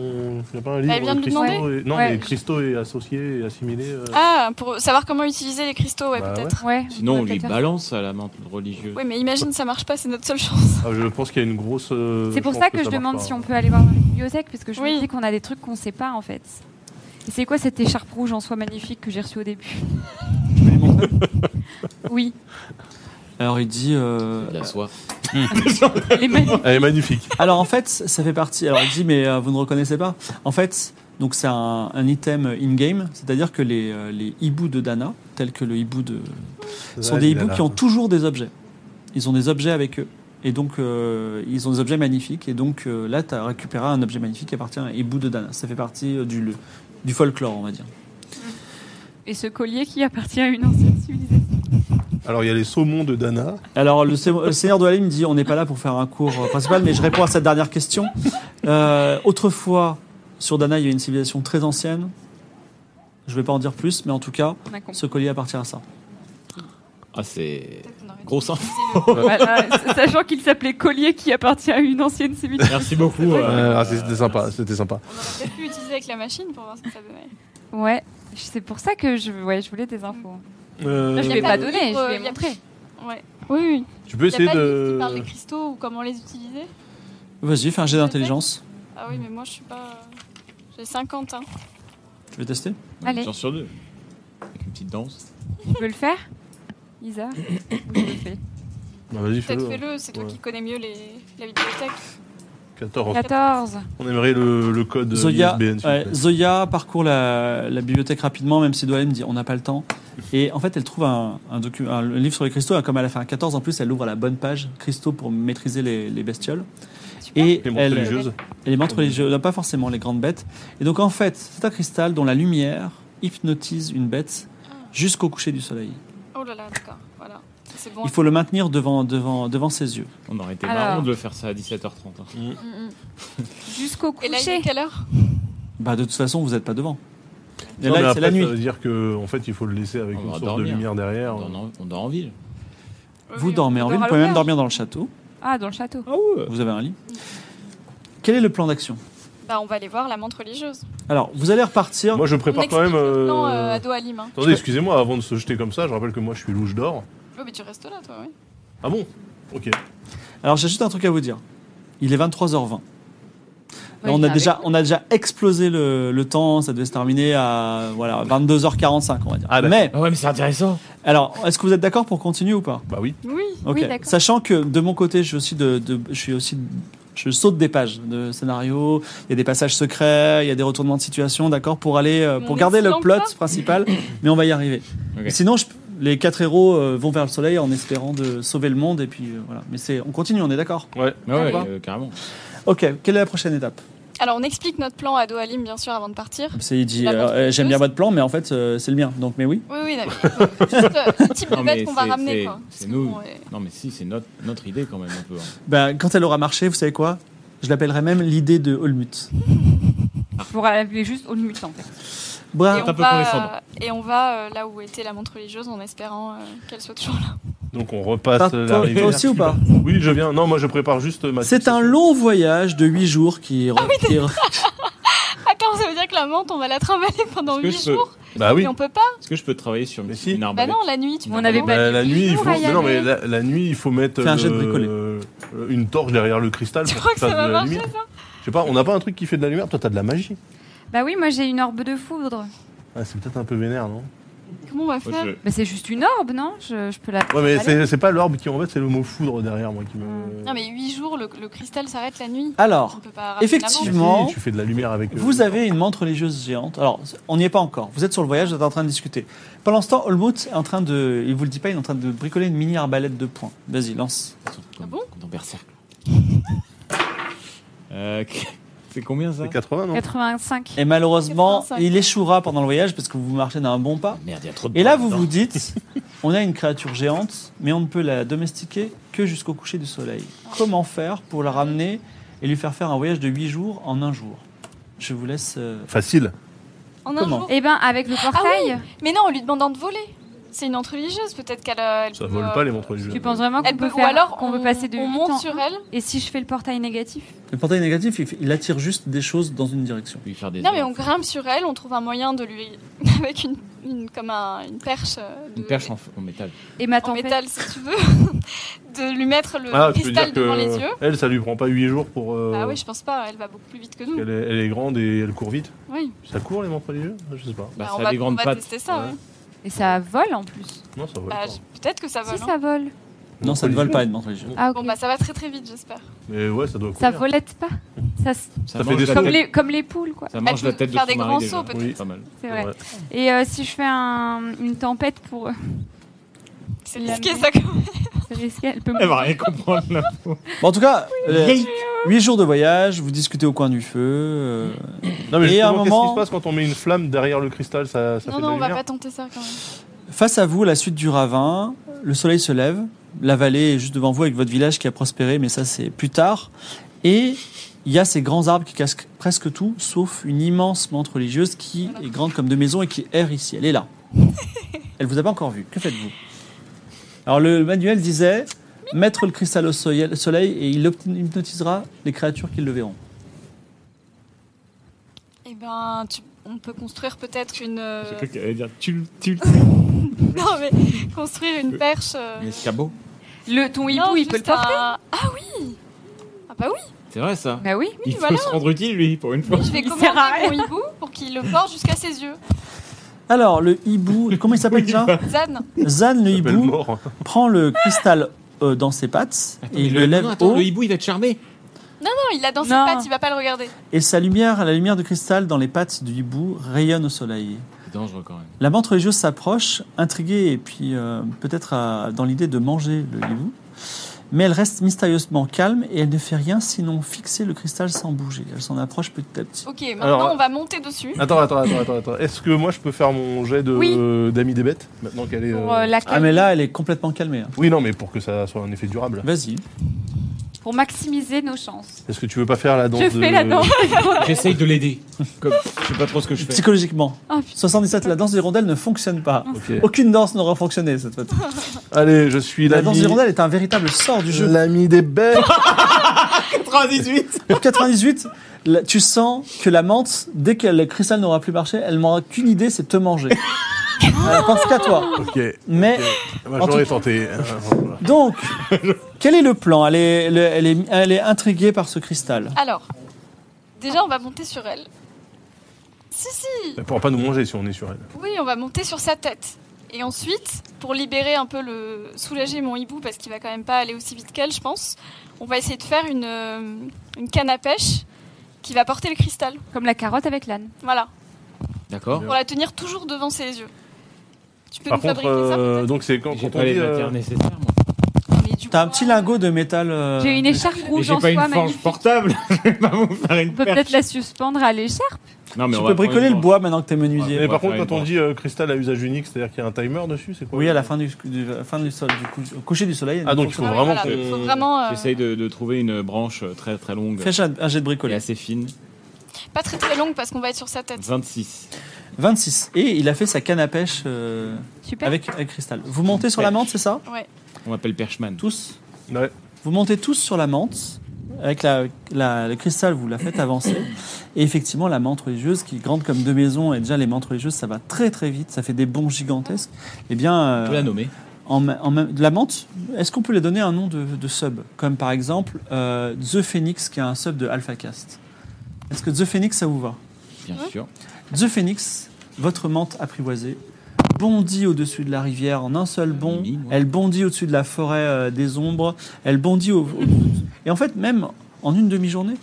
Speaker 5: Il a pas un livre
Speaker 6: Bah, Elle vient de lui
Speaker 5: cristaux
Speaker 6: demander.
Speaker 5: et- Non
Speaker 3: Ouais.
Speaker 5: mais cristaux et associés et assimilés. euh,
Speaker 6: Ah, pour savoir comment utiliser les cristaux, ouais,
Speaker 5: Bah
Speaker 6: peut-être.
Speaker 3: Ouais.
Speaker 4: Sinon, on
Speaker 3: peut
Speaker 4: lui
Speaker 3: faire ça.
Speaker 4: balance à la menthe religieuse.
Speaker 6: Oui, mais imagine, ça marche pas, c'est notre seule chance.
Speaker 5: ah, je pense qu'il y a une grosse. euh,
Speaker 3: C'est pour ça que, je demande si on peut aller voir dans la bibliothèque, parce que je
Speaker 6: Oui.
Speaker 3: me dis qu'on a des trucs qu'on sait pas en fait. Et c'est quoi cette écharpe rouge en soie magnifique que j'ai reçue au début
Speaker 1: Je vais lui montrer.
Speaker 3: Oui,
Speaker 1: Alors il dit. euh,
Speaker 4: De la soie.
Speaker 3: les magnifiques.
Speaker 5: Elle est magnifique.
Speaker 1: Alors en fait, ça fait partie. Alors il dit, mais euh, vous ne reconnaissez pas. En fait, donc c'est un, un item in-game, c'est-à-dire que les, euh, les hiboux de Dana, tels que le hibou de. sont des hiboux qui ont toujours des objets. Ils ont des objets avec eux. Et donc, euh, ils ont des objets magnifiques. Et donc, euh, là, tu as récupéré un objet magnifique qui appartient à un hibou de Dana. Ça fait partie euh, du, du folklore, on va dire.
Speaker 3: Et ce collier qui appartient à une ancienne civilisation.
Speaker 5: Alors il y a les saumons de Dana.
Speaker 1: Alors, le, se- le Seigneur de la Lime dit on n'est pas là pour faire un cours euh, principal, mais je réponds à cette dernière question. Euh, autrefois, sur Dana, il y a une civilisation très ancienne. Je ne vais pas en dire plus, mais en tout cas,
Speaker 3: On a compris.
Speaker 1: ce collier appartient à ça.
Speaker 4: Ah, c'est.
Speaker 6: Peut-être qu'on aurait dû
Speaker 4: Gros sang.
Speaker 3: Voilà, sachant qu'il s'appelait collier qui appartient à une ancienne civilisation.
Speaker 4: Merci beaucoup. euh,
Speaker 5: Euh, ah, c'était sympa, c'était sympa.
Speaker 6: On aurait peut-être pu utiliser avec la machine pour voir ce que ça donnait.
Speaker 3: Ouais, c'est pour ça que je, ouais, je voulais des infos.
Speaker 5: Euh,
Speaker 3: je
Speaker 6: y
Speaker 3: vais
Speaker 6: a
Speaker 3: pas
Speaker 6: pas de
Speaker 3: donner,
Speaker 6: livre,
Speaker 3: je vais
Speaker 6: y a-
Speaker 3: montrer.
Speaker 6: Ouais. Oui, oui.
Speaker 5: tu peux
Speaker 6: Il n'y
Speaker 5: essayer
Speaker 6: a pas de livre
Speaker 5: de.
Speaker 6: qui parle des cristaux ou comment les utiliser
Speaker 1: Vas-y, fais un jet d'intelligence.
Speaker 6: Ah oui, mais moi, je suis pas... J'ai 50, hein.
Speaker 1: Tu veux tester
Speaker 3: Allez.
Speaker 4: Une chance sur deux. Avec une petite danse.
Speaker 3: Tu peux le faire Isa Ou je le fais
Speaker 5: Bah, Vas-y,
Speaker 6: Peut-être
Speaker 5: fais-le.
Speaker 6: fais-le, c'est toi
Speaker 5: Ouais.
Speaker 6: qui connais mieux les... la bibliothèque.
Speaker 5: 14.
Speaker 3: 14.
Speaker 5: On aimerait le, le code euh,
Speaker 1: Zoya,
Speaker 5: ISBN. s'il
Speaker 1: ouais,
Speaker 5: vous plaît.
Speaker 1: Zoya parcourt la, la bibliothèque rapidement, même si Doalem dit on n'a pas le temps. Et en fait, elle trouve un, un docu- un livre sur les cristaux. et Comme elle a fait un 14, en plus, elle ouvre à la bonne page cristaux pour maîtriser les, les bestioles.
Speaker 3: Super.
Speaker 1: Et
Speaker 5: Les montres
Speaker 1: elle,
Speaker 5: religieuses.
Speaker 1: et les
Speaker 3: Ah
Speaker 1: montres religieuses, non, pas forcément les grandes bêtes. Et donc, en fait, c'est un cristal dont la lumière hypnotise une bête
Speaker 3: Ah.
Speaker 1: jusqu'au coucher du soleil.
Speaker 6: Oh là là, d'accord, voilà. Ça, C'est bon.
Speaker 1: Il faut le maintenir devant, devant, devant ses yeux.
Speaker 4: On aurait été
Speaker 3: Alors.
Speaker 4: marrant de le faire ça à 17h30. hein.
Speaker 3: Jusqu'au
Speaker 6: Mm, Et là, il
Speaker 3: coucher.
Speaker 6: est quelle heure
Speaker 1: Bah, de toute façon, vous n'êtes pas devant. Et
Speaker 5: Non, mais
Speaker 1: là, c'est
Speaker 5: après,
Speaker 1: la
Speaker 5: ça
Speaker 1: nuit.
Speaker 5: veut dire que, en fait, il faut le laisser avec
Speaker 4: On
Speaker 5: une
Speaker 4: va
Speaker 5: sorte de
Speaker 4: dormir.
Speaker 5: lumière derrière.
Speaker 4: On, dort en, on dort en ville.
Speaker 1: Vous dormez en
Speaker 3: on
Speaker 1: ville,
Speaker 3: dort
Speaker 1: vous
Speaker 3: à
Speaker 1: pouvez même
Speaker 3: l'auberge.
Speaker 1: dormir dans le château.
Speaker 3: Ah, dans le château.
Speaker 4: Ah
Speaker 5: Euh.
Speaker 4: ouais
Speaker 1: Vous avez un lit. Quel est le plan d'action
Speaker 6: Bah, on va aller voir la montre religieuse.
Speaker 1: Alors, vous allez repartir.
Speaker 5: Moi, je
Speaker 6: On
Speaker 5: prépare
Speaker 6: explique
Speaker 5: quand même.
Speaker 6: le
Speaker 5: euh,
Speaker 6: plan euh, ado à Lime. hein.
Speaker 5: Attendez, excusez-moi, avant de se jeter comme ça, je rappelle que moi, je suis louche d'or.
Speaker 6: Oh, mais tu restes là, toi, oui.
Speaker 5: Ah bon Ok.
Speaker 1: Alors, j'ai juste un truc à vous dire. Il est 23h20. Là, on,
Speaker 3: il
Speaker 1: a
Speaker 3: est
Speaker 1: déjà, on a déjà explosé le, le temps. Ça devait se terminer à voilà, 22h45, on va dire.
Speaker 5: Ah, d'accord.
Speaker 1: Mais,
Speaker 4: Ah ouais, mais c'est intéressant.
Speaker 1: alors, est-ce que vous êtes d'accord pour continuer ou pas
Speaker 5: Bah oui.
Speaker 6: Oui.
Speaker 1: Ok.
Speaker 3: Oui, d'accord.
Speaker 1: Sachant que de mon côté, je suis aussi de, de- je suis aussi, je saute des pages de scénario. Il y a des passages secrets, il y a des retournements de situation, d'accord, pour aller, euh,
Speaker 6: Mais
Speaker 1: pour
Speaker 6: on est
Speaker 1: garder le
Speaker 6: excellent
Speaker 1: plot
Speaker 6: pas
Speaker 1: principal. Mais on va y arriver.
Speaker 4: Ok.
Speaker 1: Et Sinon, je- les quatre héros euh, vont vers le soleil en espérant de sauver le monde et puis euh, voilà. Mais c'est, on continue, on est d'accord.
Speaker 5: Ouais.
Speaker 4: Ah ouais,
Speaker 1: D'accord.
Speaker 4: euh, carrément.
Speaker 1: Ok. Quelle est la prochaine étape
Speaker 6: Alors, on explique notre plan ado à Lime, bien sûr, avant de partir.
Speaker 1: C'est il dit,
Speaker 6: La
Speaker 1: euh, euh, j'aime bien
Speaker 6: chose.
Speaker 1: votre plan, mais en fait, euh, c'est le mien. Donc, mais oui.
Speaker 6: Oui, oui, d'accord. Juste euh, le type de
Speaker 4: Non,
Speaker 6: bête
Speaker 4: mais
Speaker 6: qu'on va
Speaker 4: c'est-
Speaker 6: ramener,
Speaker 4: c'est-
Speaker 6: quoi.
Speaker 4: c'est
Speaker 6: Parce que
Speaker 4: nous.
Speaker 6: bon, ouais.
Speaker 4: Non, mais si, c'est notre, notre idée quand même un peu. hein.
Speaker 1: Ben, quand elle aura marché, vous savez quoi Je l'appellerai même l'idée de Olmut.
Speaker 3: Pour aller juste au mutant. en fait.
Speaker 1: Bra-
Speaker 6: Et
Speaker 4: un
Speaker 6: on,
Speaker 4: peu
Speaker 6: va,
Speaker 4: condescendant.
Speaker 6: et on va euh, là où était la montre religieuse en espérant euh, qu'elle soit toujours là.
Speaker 5: Donc, on repasse
Speaker 1: Toi-
Speaker 5: la
Speaker 1: toi
Speaker 5: rivière.
Speaker 1: aussi ou pas
Speaker 5: Oui, je viens. Non, moi, je prépare juste ma.
Speaker 1: C'est un long voyage de 8 jours qui.
Speaker 6: Ah
Speaker 1: re- qui re-
Speaker 6: Attends, Ah, ça veut dire que la menthe, on va la travailler pendant
Speaker 4: Est-ce que
Speaker 6: 8
Speaker 4: je peux-
Speaker 6: jours
Speaker 5: Bah oui.
Speaker 6: Mais on peut pas
Speaker 4: Est-ce que je peux travailler sur une,
Speaker 5: Mais si.
Speaker 4: une
Speaker 6: Ah. Bah
Speaker 4: arbalète
Speaker 6: non, la nuit, tu
Speaker 4: On
Speaker 6: peux
Speaker 3: avait
Speaker 6: pas.
Speaker 3: pas-
Speaker 5: Bah, la nuit, il
Speaker 3: jours
Speaker 5: faut.
Speaker 3: à y
Speaker 5: Mais non, mais
Speaker 3: aller.
Speaker 5: la, la nuit, il faut mettre
Speaker 1: Fais un jet de
Speaker 5: le-
Speaker 1: bricolé.
Speaker 5: euh, une torche derrière le cristal.
Speaker 6: Tu
Speaker 5: pour
Speaker 6: crois que
Speaker 5: fasse
Speaker 6: ça va
Speaker 5: de la
Speaker 6: marcher,
Speaker 5: lumière.
Speaker 6: ça
Speaker 5: Je sais pas. On n'a pas un truc qui fait de la lumière. Toi, t'as de la magie.
Speaker 3: Bah oui, moi j'ai une orbe de foudre.
Speaker 5: Ah, c'est peut-être un peu vénère, non
Speaker 6: Comment on va
Speaker 4: Moi,
Speaker 6: faire
Speaker 4: je-
Speaker 3: Mais c'est juste une orbe, non je, je peux la.
Speaker 5: Ouais, mais
Speaker 3: Allez.
Speaker 5: c'est c'est pas l'orbe qui m'embête, c'est le mot foudre derrière moi qui me.
Speaker 6: Non, mais 8 jours, le, le cristal s'arrête la nuit.
Speaker 1: Alors,
Speaker 6: On peut pas rappeler
Speaker 1: effectivement.
Speaker 6: l'avance.
Speaker 1: effectivement,
Speaker 5: Mais si, tu fais de la lumière avec. euh,
Speaker 1: Vous avez une montre religieuse géante. Alors, on n'y est pas encore. Vous êtes sur le voyage, vous êtes en train de discuter. Pendant ce temps, Olmut est en train de. Il vous le dit pas, il est en train de bricoler une mini arbalète de points. Vas-y, lance.
Speaker 6: Ah bon
Speaker 4: Dans Berserk. Euh, c'est combien ça
Speaker 5: C'est 80, non
Speaker 3: 85.
Speaker 1: Et malheureusement,
Speaker 6: 85.
Speaker 1: il échouera pendant le voyage parce que vous marchez d'un bon pas.
Speaker 4: Merde, il y a trop de
Speaker 1: Et là,
Speaker 4: points
Speaker 1: vous vous
Speaker 4: dedans.
Speaker 1: dites on a une créature géante, mais on ne peut la domestiquer que jusqu'au coucher du soleil. Comment faire pour la ramener et lui faire faire un voyage de 8 jours en un jour Je vous laisse. euh,
Speaker 5: Facile.
Speaker 6: En un
Speaker 1: Comment
Speaker 6: jour. Ah
Speaker 3: Eh ben, avec le portail,
Speaker 6: Mais non, en lui demandant de voler. C'est une entre religieuse, peut-être qu'elle. euh, elle
Speaker 5: Ça
Speaker 6: peut,
Speaker 5: vole
Speaker 6: euh,
Speaker 5: pas les montres du jeu.
Speaker 3: tu penses vraiment qu'on
Speaker 6: Elle
Speaker 3: peut,
Speaker 6: peut,
Speaker 3: faire.
Speaker 6: ou alors
Speaker 3: qu'on
Speaker 6: on,
Speaker 3: peut passer de
Speaker 6: on
Speaker 3: huit
Speaker 6: monte
Speaker 3: en
Speaker 6: sur
Speaker 3: un
Speaker 6: elle.
Speaker 3: Et si je fais le portail négatif
Speaker 1: Le portail négatif, il- il attire juste des choses dans une direction.
Speaker 4: Lui faire des
Speaker 6: Non, mais on grimpe sur elle, on trouve un moyen de lui. avec une, une- comme un- une perche. euh, de-
Speaker 4: Une perche en, en métal.
Speaker 3: Et ma
Speaker 6: en
Speaker 3: tempête
Speaker 6: métal, si tu veux, de lui mettre le
Speaker 5: Ah, tu veux
Speaker 6: cristal
Speaker 5: dire
Speaker 6: devant les
Speaker 5: que.
Speaker 6: yeux.
Speaker 5: Elle, ça lui prend pas 8 jours pour. euh,
Speaker 6: Ah oui, je pense pas, elle va beaucoup plus vite que nous.
Speaker 5: Elle est, elle est grande et elle court vite.
Speaker 6: Oui,
Speaker 5: Ça court les montres religieuses Je sais pas.
Speaker 4: Bah,
Speaker 6: Bah,
Speaker 4: ça
Speaker 6: on
Speaker 4: a
Speaker 6: va,
Speaker 4: des grandes
Speaker 6: on va
Speaker 4: pattes.
Speaker 6: tester ça.
Speaker 5: Ouais.
Speaker 6: ouais.
Speaker 3: Et ça vole en plus.
Speaker 5: Non, ça vole
Speaker 6: Bah,
Speaker 5: pas.
Speaker 6: je- Peut-être que ça va.
Speaker 3: si ça vole.
Speaker 1: Non, ça ne vole pas une montre religieuse.
Speaker 3: Ah, ok.
Speaker 6: Bon, bah ça va très très vite, j'espère.
Speaker 5: Mais ouais, ça doit courir.
Speaker 3: ça volette pas. Ça, se-
Speaker 5: Ça fait
Speaker 4: mange
Speaker 5: des
Speaker 4: la
Speaker 3: comme,
Speaker 4: tête-
Speaker 3: les, comme les poules, quoi.
Speaker 4: Ça mange
Speaker 6: Elle
Speaker 4: la
Speaker 6: peut
Speaker 4: tête de
Speaker 6: faire
Speaker 4: son
Speaker 6: des
Speaker 4: mari,
Speaker 6: grands
Speaker 4: déjà.
Speaker 6: sauts, peut-être.
Speaker 4: Oui, pas mal.
Speaker 3: C'est vrai.
Speaker 5: Ouais.
Speaker 3: Et euh, si je fais un- une tempête pour. euh,
Speaker 6: C'est
Speaker 3: La
Speaker 6: risqué
Speaker 3: merde.
Speaker 6: ça quand même.
Speaker 3: C'est risqué, elle peut
Speaker 4: Elle va rien comprendre là.
Speaker 1: Bon, en tout cas, 8 jours de voyage, vous discutez au coin du feu. euh,
Speaker 5: Non, mais
Speaker 1: Et à un
Speaker 5: justement,
Speaker 1: moment-
Speaker 5: qu'est-ce qui se passe quand on met une flamme derrière le cristal Ça, ça
Speaker 6: Non,
Speaker 5: fait
Speaker 6: non, on
Speaker 5: de la
Speaker 6: va
Speaker 5: lumière
Speaker 6: pas tenter ça quand même.
Speaker 1: Face à vous, la suite du ravin, le soleil se lève, la vallée est juste devant vous avec votre village qui a prospéré, mais ça c'est plus tard. Et il y a ces grands arbres qui casquent presque tout, sauf une immense menthe religieuse qui est grande comme deux maisons et qui erre ici. Elle est là. Elle vous a pas encore vu. Que faites-vous Alors le manuel disait mettre le cristal au soleil soleil et il hypnotisera les créatures qui le verront.
Speaker 6: Eh ben, tu- on peut construire peut-être une. euh,
Speaker 4: J'ai cru qu'elle allait dire tu tu
Speaker 6: Non, mais construire une perche. euh,
Speaker 4: Un escabeau.
Speaker 5: bah.
Speaker 3: Le ton hibou,
Speaker 6: non,
Speaker 3: il peut le
Speaker 6: juste
Speaker 3: porter.
Speaker 6: un- Ah oui Ah bah oui,
Speaker 4: C'est vrai ça.
Speaker 3: Bah oui.
Speaker 4: Il
Speaker 6: voilà.
Speaker 4: faut se rendre utile lui pour une fois.
Speaker 6: je vais
Speaker 3: Il sert à
Speaker 6: commander mon hibou pour qu'il le porte jusqu'à ses yeux.
Speaker 1: Alors le hibou, comment il s'appelle déjà Zan
Speaker 6: Zan,
Speaker 1: le
Speaker 5: Ça s'appelle
Speaker 1: hibou
Speaker 5: mort.
Speaker 1: prend le cristal euh, dans ses pattes et
Speaker 4: Mais
Speaker 1: il le lève
Speaker 4: non, attends,
Speaker 1: haut
Speaker 4: le hibou il va te charmer.
Speaker 6: non, il l'a dans ses
Speaker 3: Non.
Speaker 6: pattes, il va pas le regarder.
Speaker 1: et sa lumière, la lumière de cristal dans les pattes du hibou rayonne au soleil.
Speaker 4: C'est dangereux quand même.
Speaker 1: La menthe religieuse s'approche, intriguée et puis euh, peut-être à- dans l'idée de manger le hibou. Mais elle reste mystérieusement calme et elle ne fait rien sinon fixer le cristal sans bouger. Elle s'en approche petit à petit.
Speaker 6: Ok, maintenant
Speaker 5: Alors,
Speaker 6: on va monter dessus.
Speaker 5: Attends, attends, attends, attends. attends. Est-ce que moi je peux faire mon jet de
Speaker 3: Oui.
Speaker 5: euh, d'amis des bêtes maintenant qu'elle est.
Speaker 3: Pour,
Speaker 5: euh,
Speaker 3: euh, la
Speaker 1: Ah mais là, elle est complètement calmée. hein.
Speaker 5: Oui, non, mais pour que ça soit un effet durable.
Speaker 1: Vas-y.
Speaker 3: pour maximiser nos chances.
Speaker 5: Est-ce que tu veux pas faire la danse
Speaker 3: Je
Speaker 5: de-
Speaker 3: fais la danse.
Speaker 4: J'essaye de l'aider. Comme je sais pas trop ce que je fais.
Speaker 1: Psychologiquement.
Speaker 3: Ah, putain.
Speaker 1: 77, la danse des rondelles ne fonctionne pas.
Speaker 5: Ok.
Speaker 1: Aucune danse n'aura fonctionné cette fois.
Speaker 5: Allez, je suis
Speaker 1: La danse
Speaker 5: l'ami.
Speaker 1: des rondelles est un véritable sort du jeu.
Speaker 5: L'ami des bêtes.
Speaker 4: 98
Speaker 1: Pour 98, là, tu sens que la menthe, dès que le cristal n'aura plus marché, elle n'aura qu'une idée, c'est de te manger. Elle pense qu'à toi.
Speaker 5: ok.
Speaker 1: Mais
Speaker 5: Bah,
Speaker 1: En
Speaker 5: J'aurais
Speaker 1: tout-
Speaker 5: tenté. Euh, voilà.
Speaker 1: donc, quel est le plan elle est, le- elle, est, elle est intriguée par ce cristal.
Speaker 6: Alors, déjà on va monter sur elle. Si, si
Speaker 5: Elle pourra pas nous manger si on est sur elle.
Speaker 6: Oui, on va monter sur sa tête. Et ensuite, pour libérer un peu le. soulager mon hibou, parce qu'il va quand même pas aller aussi vite qu'elle, je pense, on va essayer de faire une, euh, une canne à pêche qui va porter le cristal.
Speaker 3: Comme la carotte avec l'âne.
Speaker 6: Voilà.
Speaker 4: D'accord.
Speaker 6: Pour la tenir toujours devant ses yeux. Tu peux
Speaker 5: Par
Speaker 6: nous
Speaker 5: contre,
Speaker 6: fabriquer
Speaker 5: euh,
Speaker 6: ça
Speaker 5: donc c'est quand,
Speaker 4: J'ai
Speaker 5: quand
Speaker 4: pas
Speaker 5: on
Speaker 4: les
Speaker 5: dit. euh,
Speaker 4: matières nécessaires. moi.
Speaker 6: peut-être Mais du
Speaker 1: T'as un
Speaker 6: coup,
Speaker 1: petit lingot de métal. euh,
Speaker 3: J'ai une écharpe
Speaker 4: Mais
Speaker 3: rouge
Speaker 4: j'ai
Speaker 3: en soie
Speaker 4: pas une forge
Speaker 3: magnifique.
Speaker 4: portable. Je vais pas vous faire
Speaker 3: On
Speaker 4: une
Speaker 3: peut
Speaker 4: perche.
Speaker 3: peut-être la suspendre à l'écharpe.
Speaker 4: Non, mais
Speaker 1: tu
Speaker 4: on
Speaker 1: peux
Speaker 4: va prendre
Speaker 1: bricoler
Speaker 4: une
Speaker 1: le bois maintenant que t'es menuisier.
Speaker 5: Mais
Speaker 4: Ouais,
Speaker 5: par
Speaker 4: faire
Speaker 5: contre,
Speaker 4: une
Speaker 5: quand on
Speaker 4: danse.
Speaker 5: dit euh, cristal à usage unique, c'est-à-dire qu'il y a un timer dessus, c'est quoi
Speaker 1: Oui, à la fin du, du- à la fin du sol, du coup- au coucher du soleil. elle
Speaker 5: Ah,
Speaker 1: ne
Speaker 5: donc il
Speaker 6: Ah
Speaker 5: faut
Speaker 6: oui,
Speaker 1: fonctionne.
Speaker 5: vraiment
Speaker 6: voilà,
Speaker 5: que-
Speaker 6: faut vraiment, euh,
Speaker 4: J'essaye de, de trouver une branche euh, très très longue
Speaker 1: Fais un, un jet de
Speaker 4: et
Speaker 1: bricolage.
Speaker 4: assez fine.
Speaker 6: Pas très très longue parce qu'on va être sur sa tête.
Speaker 4: 26.
Speaker 1: 26. Et il a fait sa canne à pêche euh,
Speaker 3: Super.
Speaker 1: avec, avec cristal. Vous montez sur la menthe, c'est ça
Speaker 4: On m'appelle Perchman.
Speaker 1: Tous
Speaker 5: Ouais.
Speaker 1: Vous montez tous sur la menthe. Avec la, la- le cristal, vous la faites avancer. Et effectivement, la menthe religieuse, qui est grande comme deux maisons, et déjà les menthes religieuses, ça va très très vite, ça fait des bons gigantesques. Eh bien,
Speaker 4: On
Speaker 1: euh,
Speaker 4: peut la nommer.
Speaker 1: en, ma- en ma- la menthe, est-ce qu'on peut lui donner un nom de, de sub Comme par exemple euh, The Phoenix, qui est un sub de Alpha Cast. Est-ce que The Phoenix, ça vous va
Speaker 4: Bien sûr.
Speaker 1: The Phoenix, votre menthe apprivoisée, bondit au-dessus de la rivière en un seul bond.
Speaker 4: Mimi, moi.
Speaker 1: Elle bondit au-dessus de la forêt euh, des ombres. Elle bondit au. au- Et en fait, même en une demi-journée,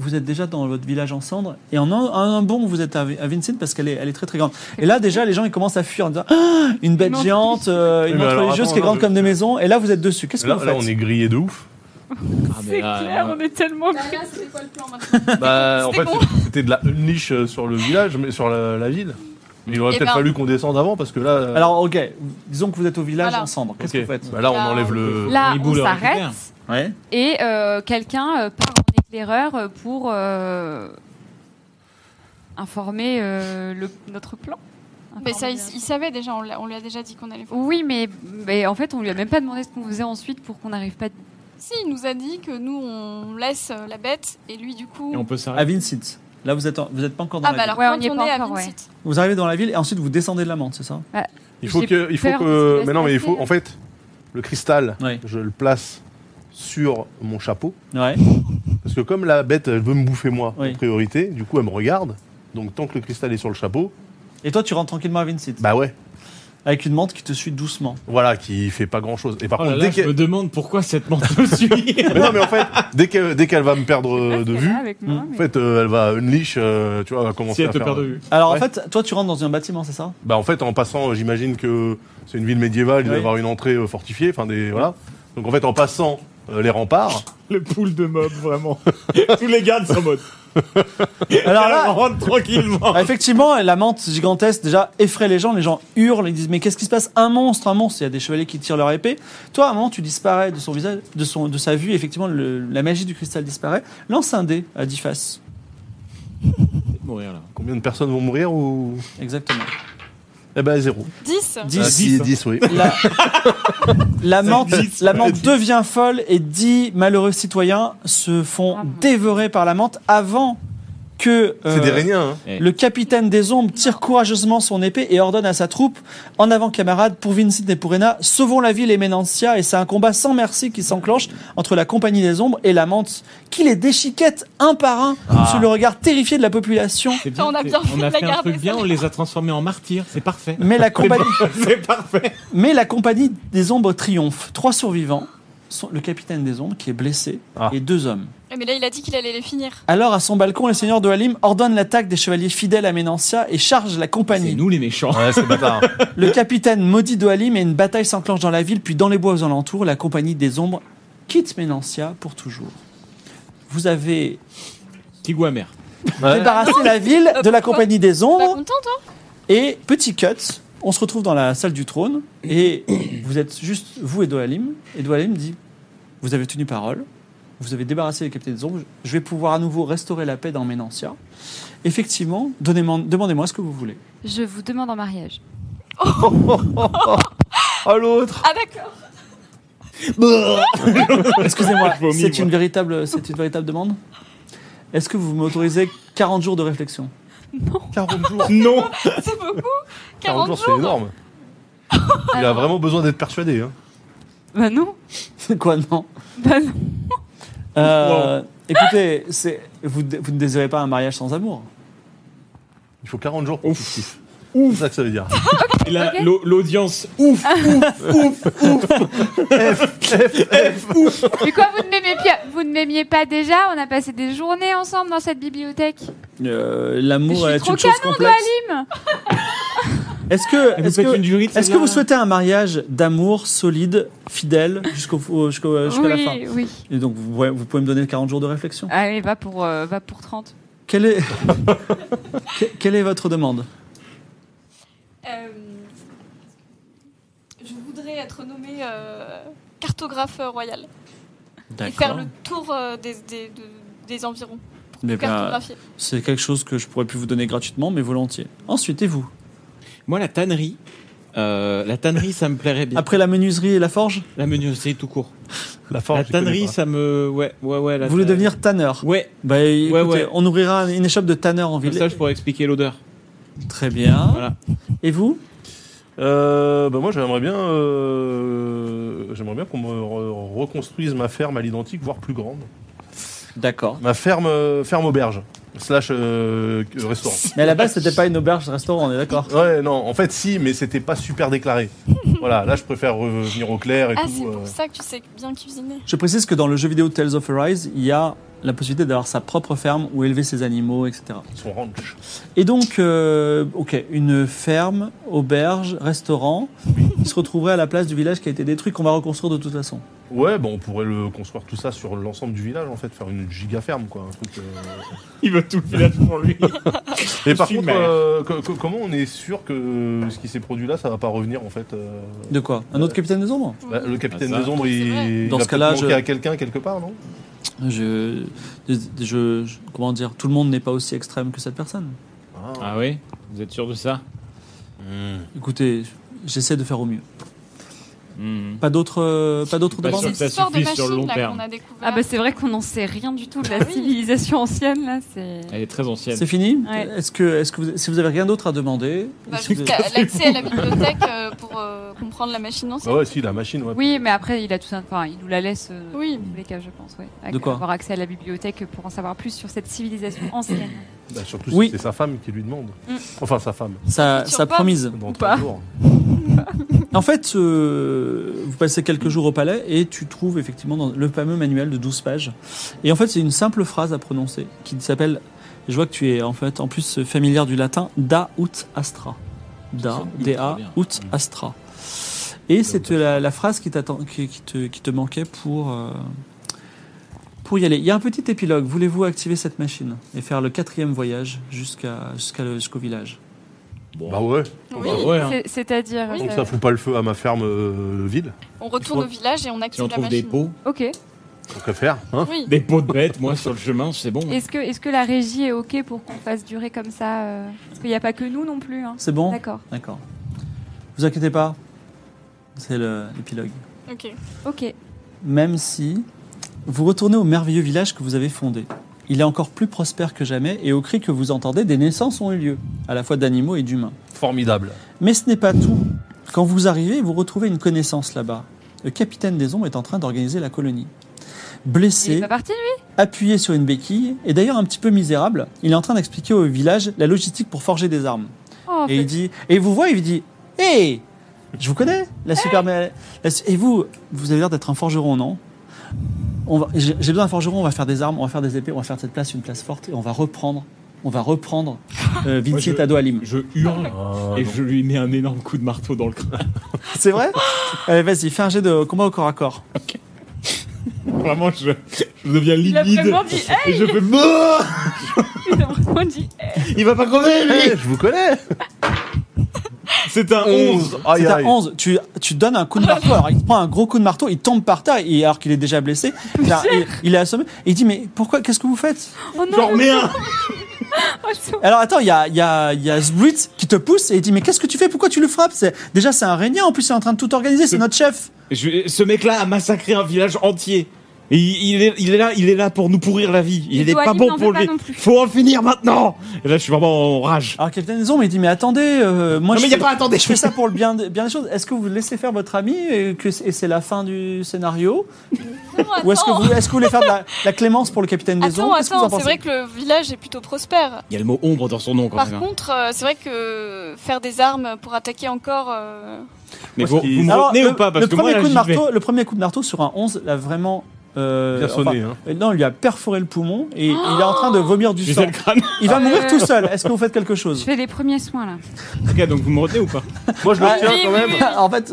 Speaker 1: vous êtes déjà dans votre village en cendres. Et en un, en un bond, vous êtes à, Vi- à Vincent parce qu'elle est, elle est très très grande. Et là, déjà, les gens ils commencent à fuir en disant Ah, une bête
Speaker 3: Une
Speaker 1: géante, euh, une
Speaker 5: Mais
Speaker 1: autre
Speaker 5: alors,
Speaker 1: religieuse
Speaker 5: attends,
Speaker 1: qui est
Speaker 5: là,
Speaker 1: grande
Speaker 5: je-
Speaker 1: comme des maisons. Et là, vous êtes dessus. Qu'est-ce que
Speaker 5: Là,
Speaker 1: vous
Speaker 5: là,
Speaker 1: faites
Speaker 5: on est grillé de ouf.
Speaker 4: Ah, mais
Speaker 6: C'est
Speaker 4: là,
Speaker 6: clair,
Speaker 4: là,
Speaker 6: on est tellement.
Speaker 2: Bah là, c'était quoi le plan maintenant
Speaker 5: Bah, en
Speaker 6: C'était
Speaker 5: fait,
Speaker 6: bon.
Speaker 5: c'était- c'était de la une niche euh, sur le village, mais sur la, la ville. Mais il aurait
Speaker 6: Eh
Speaker 5: peut-être
Speaker 6: ben.
Speaker 5: fallu qu'on descende avant parce que là. euh,
Speaker 1: Alors, ok, disons que vous êtes au village
Speaker 6: Voilà.
Speaker 1: en cendres. Qu'est-ce
Speaker 5: ok.
Speaker 1: que vous faites
Speaker 5: Bah, Là, on
Speaker 6: Là,
Speaker 5: enlève
Speaker 6: on-
Speaker 5: le.
Speaker 3: Là,
Speaker 4: Hibou
Speaker 3: on
Speaker 4: le
Speaker 3: s'arrête
Speaker 4: récupère.
Speaker 1: Ouais.
Speaker 3: et euh, quelqu'un euh, part en éclaireur euh, pour euh, informer euh, le- notre plan.
Speaker 6: Mais ça, il,
Speaker 3: Informer-
Speaker 6: il savait déjà, on, l'a- on lui a déjà dit qu'on allait voir.
Speaker 3: Oui, mais, mais en fait, on lui a même pas demandé ce qu'on faisait ensuite pour qu'on n'arrive pas.
Speaker 6: Si, il nous a dit que nous, on laisse euh, la bête et lui, du coup.
Speaker 4: Et on peut
Speaker 1: À
Speaker 4: s'arrêter.
Speaker 1: Vincent. Là, vous êtes, en- vous êtes pas encore dans
Speaker 6: Ah,
Speaker 1: la
Speaker 6: bah
Speaker 1: ville.
Speaker 6: alors,
Speaker 3: Ouais, on
Speaker 6: quand
Speaker 3: y est
Speaker 6: on,
Speaker 3: pas
Speaker 6: est à
Speaker 3: encore, ouais.
Speaker 6: Vincent,
Speaker 1: Vous arrivez dans la ville et ensuite vous descendez de la menthe, c'est ça
Speaker 5: Il faut
Speaker 3: J'ai
Speaker 5: que, il faut
Speaker 3: peur de ce
Speaker 5: que.
Speaker 3: qui va
Speaker 5: Mais
Speaker 3: se
Speaker 5: non, mais il faut.
Speaker 3: passer.
Speaker 5: En fait, le cristal,
Speaker 1: Ouais.
Speaker 5: je le place sur mon chapeau.
Speaker 1: Ouais.
Speaker 5: Parce que comme la bête, elle veut me bouffer moi
Speaker 1: Oui.
Speaker 5: en priorité, du coup, elle me regarde. Donc, tant que le cristal est sur le chapeau,
Speaker 1: Et toi, tu rentres tranquillement à Vincent.
Speaker 5: bah ouais,
Speaker 1: Avec une menthe qui te suit doucement.
Speaker 5: voilà, qui fait pas grand chose. Et par
Speaker 4: Oh là
Speaker 5: contre,
Speaker 4: là,
Speaker 5: dès
Speaker 4: je
Speaker 5: qu'elle.
Speaker 4: me demande pourquoi cette menthe me suit.
Speaker 5: Mais non, mais en fait, dès qu'elle dès qu'elle va me perdre euh, de
Speaker 3: Parce qu'elle est
Speaker 5: vue,
Speaker 3: là avec
Speaker 4: Mmh.
Speaker 3: moi,
Speaker 5: en
Speaker 3: mais-
Speaker 5: fait, euh, elle va unleash, euh, tu vois, elle va commencer
Speaker 4: si elle
Speaker 5: à
Speaker 4: te
Speaker 5: faire-
Speaker 4: perd de vue.
Speaker 1: Alors en
Speaker 5: Ouais.
Speaker 1: fait, toi, tu rentres dans un bâtiment, c'est ça
Speaker 5: Bah en fait en passant, euh, j'imagine que c'est une ville médiévale, il doit
Speaker 1: Oui.
Speaker 5: y avoir une entrée euh, fortifiée, enfin des voilà. Donc en fait en passant euh, les remparts,
Speaker 4: Le pool de mobs, vraiment. Tous les gardes sont en mode.
Speaker 1: Alors
Speaker 4: Alors, on
Speaker 1: là,
Speaker 4: rentre tranquillement.
Speaker 1: ah, effectivement, la menthe gigantesque déjà effraie les gens. Les gens hurlent, ils disent mais qu'est-ce qui se passe Un monstre, un monstre. Il y a des chevaliers qui tirent leur épée. Toi, à un moment, tu disparais de son visage, de son, de sa vue. et effectivement, le- la magie du cristal disparaît. Lance un dé à 10 faces.
Speaker 4: Mourir là.
Speaker 5: combien de personnes vont mourir ou
Speaker 1: Exactement.
Speaker 5: Eh ben zéro.
Speaker 6: 10
Speaker 1: 10.
Speaker 5: Ah, si, 10 oui.
Speaker 1: La, la menthe,
Speaker 4: existe,
Speaker 1: la menthe devient folle et dix malheureux citoyens se font
Speaker 3: Ah bon.
Speaker 1: dévorer par la menthe avant que euh,
Speaker 5: C'est des réniens hein.
Speaker 1: le capitaine des ombres tire courageusement son épée et ordonne à sa troupe En avant, camarades, pour Vincent et pour Ena, sauvons la ville et Ménancia. Et c'est un combat sans merci qui s'enclenche entre la compagnie des ombres et la menthe qui les déchiquette un par un
Speaker 5: Ah.
Speaker 1: sous le regard terrifié de la population.
Speaker 4: C'est
Speaker 6: Putain, on a bien
Speaker 4: c'est-
Speaker 6: fait
Speaker 4: on
Speaker 6: de
Speaker 4: a
Speaker 6: la
Speaker 4: fait un
Speaker 6: garder,
Speaker 4: truc bien,
Speaker 6: ça.
Speaker 4: on les a transformés en martyrs, c'est parfait.
Speaker 1: Mais la compagnie.
Speaker 4: c'est parfait.
Speaker 1: Mais la compagnie des ombres triomphe. Trois survivants, sont le capitaine des ombres qui est blessé
Speaker 5: Ah.
Speaker 1: et deux hommes.
Speaker 6: Eh, Mais là, il a dit qu'il allait les finir.
Speaker 1: Alors à son balcon, les seigneurs de Halim ordonnent l'attaque des chevaliers fidèles à Ménancia et chargent la
Speaker 4: C'est
Speaker 1: compagnie.
Speaker 4: nous les méchants.
Speaker 5: Ouais, c'est bâtard.
Speaker 1: Le capitaine maudit de Halim et une bataille s'enclenche dans la ville puis dans les bois aux alentours. La compagnie des ombres quitte Ménancia pour toujours. Vous avez
Speaker 4: Tiguamer.
Speaker 5: Ouais.
Speaker 1: débarrassé la ville de la compagnie des
Speaker 4: Oh.
Speaker 6: Pas
Speaker 1: ombres
Speaker 6: content, toi
Speaker 1: et petit cut. On se retrouve dans la salle du trône et vous êtes juste vous et Doalim. Et Doalim dit Vous avez tenu parole, vous avez débarrassé les capitaines des ombres, je vais pouvoir à nouveau restaurer la paix dans Ménancia. Effectivement, donnez-moi- demandez-moi ce que vous voulez.
Speaker 3: Je vous demande en mariage.
Speaker 5: Oh l'autre.
Speaker 6: Ah, d'accord.
Speaker 1: Excusez-moi,
Speaker 4: Je vomis,
Speaker 1: c'est
Speaker 4: moi.
Speaker 1: une, véritable, c'est une véritable demande. Est-ce que vous m'autorisez 40 jours de réflexion
Speaker 5: 40 jours.
Speaker 4: Non
Speaker 6: C'est beaucoup.
Speaker 5: 40 jours, c'est énorme. Il a
Speaker 3: Alors-
Speaker 5: vraiment besoin d'être persuadé hein.
Speaker 3: Bah non.
Speaker 1: C'est quoi, non
Speaker 3: Bah non.
Speaker 1: Euh, Écoutez, c'est, vous, vous ne désirez pas un mariage sans amour
Speaker 5: Il faut 40 jours pour
Speaker 4: Ouf.
Speaker 5: ouf. Ouf. C'est ça que ça veut dire.
Speaker 4: Et là,
Speaker 3: Ok.
Speaker 4: l'au- l'audience, ouf,
Speaker 1: Ah,
Speaker 4: ouf, ouf, ouf.
Speaker 3: Mais quoi, vous ne m'aimiez pas, vous ne m'aimiez pas déjà On a passé des journées ensemble dans cette bibliothèque.
Speaker 1: Euh,
Speaker 3: Mais je
Speaker 1: L'amour
Speaker 3: suis
Speaker 1: est
Speaker 3: trop
Speaker 1: une chose
Speaker 3: canon,
Speaker 1: complexe.
Speaker 3: Lim
Speaker 1: Est-ce que,
Speaker 4: Vous
Speaker 1: est-ce
Speaker 4: faites
Speaker 1: que,
Speaker 4: une durite,
Speaker 1: est-ce que
Speaker 4: celle-là
Speaker 1: vous souhaitez un mariage d'amour solide, fidèle, jusqu'au, au- jusqu'au- euh, jusqu'à la fin
Speaker 3: Oui, oui.
Speaker 1: Et donc, vous, vous pouvez me donner 40 jours de réflexion.
Speaker 3: Allez, va pour, euh, va pour 30.
Speaker 1: Quelle est, que- quelle est votre demande
Speaker 6: Euh, je voudrais être nommée euh, cartographe euh, royal et faire le tour euh, des, des, de- des environs pour
Speaker 1: Mais
Speaker 4: Eh
Speaker 6: tout
Speaker 4: ben,
Speaker 1: bah,
Speaker 6: cartographier.
Speaker 1: C'est quelque chose que je pourrais plus vous donner gratuitement, mais volontiers. Ensuite, et vous
Speaker 4: Moi, la tannerie, euh, la tannerie, ça me plairait bien.
Speaker 1: Après la menuiserie et la forge,
Speaker 4: La menuiserie tout court.
Speaker 5: La
Speaker 1: Oh,
Speaker 5: forme.
Speaker 4: La tannerie, ça me. Ouais, ouais, ouais. la-
Speaker 1: vous voulez devenir tanneur
Speaker 4: Ouais,
Speaker 1: Bah, écoutez,
Speaker 4: ouais.
Speaker 1: on ouvrira une échoppe de tanneur en
Speaker 4: comme
Speaker 1: ville.
Speaker 4: ça, je pourrais expliquer l'odeur.
Speaker 1: Très bien.
Speaker 4: Voilà.
Speaker 1: Et vous
Speaker 5: Euh, bah moi j'aimerais bien euh, j'aimerais bien qu'on me re- reconstruise ma ferme à l'identique voire plus grande.
Speaker 1: D'accord.
Speaker 5: Ma ferme euh, ferme auberge. slash euh, euh, restaurant.
Speaker 1: Mais à la base, c'était pas une auberge de restaurant, on est d'accord
Speaker 5: Ouais, non, en fait, si, mais c'était pas super déclaré. voilà, là, je préfère revenir au clair et
Speaker 6: Ah, c'est
Speaker 5: tout. euh.
Speaker 6: pour ça que tu sais bien cuisiner.
Speaker 1: Je précise que dans le jeu vidéo Tales of Arise, il y a la possibilité d'avoir sa propre ferme où élever ses animaux, etc.
Speaker 5: Son ranch.
Speaker 1: Et donc, euh, ok, une ferme, auberge, restaurant, qui se retrouverait à la place du village qui a été détruit, qu'on va reconstruire de toute façon.
Speaker 5: Ouais, bon, on pourrait le construire tout ça sur l'ensemble du village, en fait, faire une giga ferme, quoi. Un truc, euh.
Speaker 4: Il veut tout le village pour lui.
Speaker 5: Et par
Speaker 4: suis
Speaker 5: contre,
Speaker 4: maire.
Speaker 5: euh, co- co- comment on est sûr que ce qui s'est produit là, ça va pas revenir, en fait euh,
Speaker 1: De quoi Un autre capitaine des ombres
Speaker 5: bah, Le capitaine
Speaker 4: Ah, ça.
Speaker 5: des ombres,
Speaker 6: C'est vrai.
Speaker 5: il,
Speaker 1: Dans
Speaker 5: il
Speaker 1: ce
Speaker 5: a
Speaker 1: cas-là,
Speaker 5: peut-être
Speaker 1: je-
Speaker 5: manqué à quelqu'un quelque part, non
Speaker 1: je, je, je- Comment dire Tout le monde n'est pas aussi extrême que cette personne.
Speaker 4: Ah oui Vous êtes sûr de ça
Speaker 1: Écoutez, j'essaie de faire au mieux.
Speaker 4: Hmm.
Speaker 1: Pas d'autres euh, pas d'autres
Speaker 4: Pas
Speaker 1: demandes
Speaker 4: sûr
Speaker 6: C'est
Speaker 4: que ça
Speaker 6: l'histoire de
Speaker 4: suffise
Speaker 6: machine
Speaker 4: sur le long
Speaker 6: là,
Speaker 4: terme.
Speaker 6: qu'on a découvert.
Speaker 3: Ah bah c'est vrai qu'on n'en sait rien du tout de la civilisation ancienne là. C'est.
Speaker 4: Elle est très ancienne.
Speaker 1: C'est fini
Speaker 3: Ouais.
Speaker 1: Est-ce que, est que vous, si vous avez rien d'autre à demander
Speaker 6: Bah,
Speaker 1: est-ce que
Speaker 6: juste
Speaker 1: vous-
Speaker 6: à- l'accès à la bibliothèque euh, pour euh, comprendre la machine
Speaker 5: Ah
Speaker 6: ancienne.
Speaker 5: ouais, si, la machine, ouais.
Speaker 3: Oui, mais après il a tout un. Enfin, il nous la laisse. euh,
Speaker 6: Oui.
Speaker 3: dans tous les cas, je pense. Ouais.
Speaker 1: De quoi
Speaker 3: Avoir accès à la bibliothèque pour en savoir plus sur cette civilisation ancienne.
Speaker 5: Bah, surtout
Speaker 1: Oui.
Speaker 5: si c'est sa femme qui lui demande.
Speaker 3: Mm.
Speaker 5: Enfin, sa femme,
Speaker 1: Sa,
Speaker 6: Sur
Speaker 1: sa
Speaker 6: Pam.
Speaker 1: promise.
Speaker 5: dans
Speaker 3: pas.
Speaker 5: trois jours.
Speaker 1: En fait, euh, vous passez quelques jours au palais et tu trouves effectivement dans le fameux manuel de 12 pages. Et en fait, c'est une simple phrase à prononcer qui s'appelle, je vois que tu es en fait en plus familière du latin, da ut astra. Da,
Speaker 4: Ça sonne ultra
Speaker 1: da,
Speaker 4: bien. Mm.
Speaker 1: ut astra. Et c'est la, la phrase qui, t'attend- qui, qui te, qui te manquait pour, euh, pour y aller. Il y a un petit épilogue. Voulez-vous activer cette machine et faire le quatrième voyage jusqu'à jusqu'à le- jusqu'au village
Speaker 4: Bon.
Speaker 5: Bah ouais.
Speaker 6: Oui.
Speaker 4: Bah ouais, hein.
Speaker 3: C'est- C'est-à-dire.
Speaker 6: Oui.
Speaker 5: Donc
Speaker 3: euh,
Speaker 5: ça fout pas le feu à ma ferme euh, vide,
Speaker 6: On retourne au village et on
Speaker 4: Si
Speaker 6: active
Speaker 4: on
Speaker 6: la
Speaker 4: trouve des
Speaker 6: machine.
Speaker 4: pots,
Speaker 3: Ok.
Speaker 5: tant qu'à faire. Hein
Speaker 6: Oui.
Speaker 4: des pots de bêtes, moi, sur le chemin, c'est bon.
Speaker 3: Est-ce que, est que la régie est ok pour qu'on fasse durer comme ça euh, Parce qu'il n'y a pas que nous non plus. Hein.
Speaker 1: C'est bon
Speaker 3: D'accord.
Speaker 1: D'accord. Vous inquiétez pas, c'est le- l'épilogue.
Speaker 6: Ok.
Speaker 3: Ok.
Speaker 1: Même si vous retournez au merveilleux village que vous avez fondé. Il est encore plus prospère que jamais et au cri que vous entendez, des naissances ont eu lieu, à la fois d'animaux et d'humains.
Speaker 5: Formidable.
Speaker 1: Mais ce n'est pas tout. Quand vous arrivez, vous retrouvez une connaissance là-bas. Le capitaine des ombres est en train d'organiser la colonie.
Speaker 3: Il est
Speaker 1: Blessé,
Speaker 3: pas parti lui
Speaker 1: appuyé sur une béquille, et d'ailleurs un petit peu misérable, il est en train d'expliquer au village la logistique pour forger des armes.
Speaker 3: Oh,
Speaker 1: Et il
Speaker 3: fait-
Speaker 1: dit, et il vous voit, il vous dit, hé, je vous connais, la super, la su- et vous, vous avez l'air d'être un forgeron, non On va, j'ai j'ai besoin d'un forgeron, on va faire des armes, on va faire des épées, on va faire de cette place une place forte, et on va reprendre, on va reprendre euh,
Speaker 4: Moi,
Speaker 1: Vinci
Speaker 4: je-
Speaker 1: et Tado Alim.
Speaker 4: Je hurle
Speaker 1: Ah,
Speaker 4: et je lui mets un énorme coup de marteau dans le crâne.
Speaker 1: C'est vrai Allez, vas-y, fais un jet de combat au corps à corps.
Speaker 4: Vraiment, je, je deviens
Speaker 3: Il a
Speaker 4: livide.
Speaker 3: vraiment dit.
Speaker 4: Et je fais. Bah
Speaker 3: Il a vraiment dit.
Speaker 4: Il va pas crever, lui
Speaker 5: Eh, je vous connais
Speaker 4: C'est un 11
Speaker 5: 11 Aïe
Speaker 1: C'est Euh, à
Speaker 5: aïe
Speaker 1: 11, tu, tu donnes un coup de marteau, alors il te prend un gros coup de marteau, il tombe par terre, et, alors qu'il est déjà blessé, il, a- il- il est assommé, et il dit, mais pourquoi, qu'est-ce que vous faites
Speaker 3: Oh non
Speaker 4: J'en remets un
Speaker 3: oh, c'est-
Speaker 1: Alors attends, il y a, il y, a, il y a Zbrit qui te pousse et il dit mais qu'est-ce que tu fais Pourquoi tu le frappes C'est- Déjà c'est un régnant, en plus il est en train de tout organiser, c'est
Speaker 4: C'est-
Speaker 1: notre chef.
Speaker 4: Je- Ce mec-là a massacré un village entier. Et il, il est, il est là, il est là pour nous pourrir la vie.
Speaker 3: Et
Speaker 4: Il est
Speaker 3: Doalim
Speaker 4: pas bon
Speaker 3: n'en
Speaker 4: pour
Speaker 3: veut pas
Speaker 4: lui.
Speaker 3: non plus.
Speaker 4: Faut en finir maintenant. Et là, je suis vraiment en rage.
Speaker 1: Alors Capitaine des Ombres il dit mais attendez, euh, moi
Speaker 4: non
Speaker 1: je,
Speaker 4: mais y a
Speaker 1: fais,
Speaker 4: pas attendez.
Speaker 1: je fais ça pour le bien, de- bien des choses. Est-ce que vous laissez faire votre ami et que c'est- et c'est la fin du scénario
Speaker 6: Non,
Speaker 1: Ou est-ce que,
Speaker 6: attends.
Speaker 1: vous, est-ce que vous voulez faire de la, la clémence pour le Capitaine des
Speaker 6: Attends,
Speaker 1: Ombres Qu'est-ce que vous en
Speaker 6: attends, c'est
Speaker 1: pensez
Speaker 6: vrai que le village est plutôt prospère.
Speaker 4: Il y a le mot ombre dans son nom quand
Speaker 6: Par
Speaker 4: même. hein.
Speaker 6: contre, euh, c'est vrai que faire des armes pour attaquer encore. euh,
Speaker 4: Mais
Speaker 5: Parce
Speaker 4: vous,
Speaker 5: qu'il-
Speaker 4: vous me
Speaker 1: Alors,
Speaker 4: retenez
Speaker 1: le,
Speaker 4: ou pas Parce
Speaker 1: le
Speaker 4: que
Speaker 1: premier
Speaker 4: moi, là,
Speaker 1: coup de
Speaker 4: j'y vais.
Speaker 1: marteau, le premier coup de marteau sur un 11 l'a vraiment euh,
Speaker 5: Bien sonné, hein.
Speaker 1: enfin, non, il lui a perforé le poumon et
Speaker 6: Oh
Speaker 1: il est en train de vomir du
Speaker 4: J'ai
Speaker 1: sang.
Speaker 4: le crâne.
Speaker 1: Il va
Speaker 3: Euh,
Speaker 1: mourir tout seul. Est-ce que vous faites quelque chose
Speaker 3: Je fais les premiers soins là.
Speaker 4: Ok, donc vous me retenez ou pas
Speaker 5: Moi je le
Speaker 1: Ah,
Speaker 5: retiens
Speaker 6: oui,
Speaker 5: quand
Speaker 6: oui,
Speaker 5: même.
Speaker 6: oui.
Speaker 1: en fait,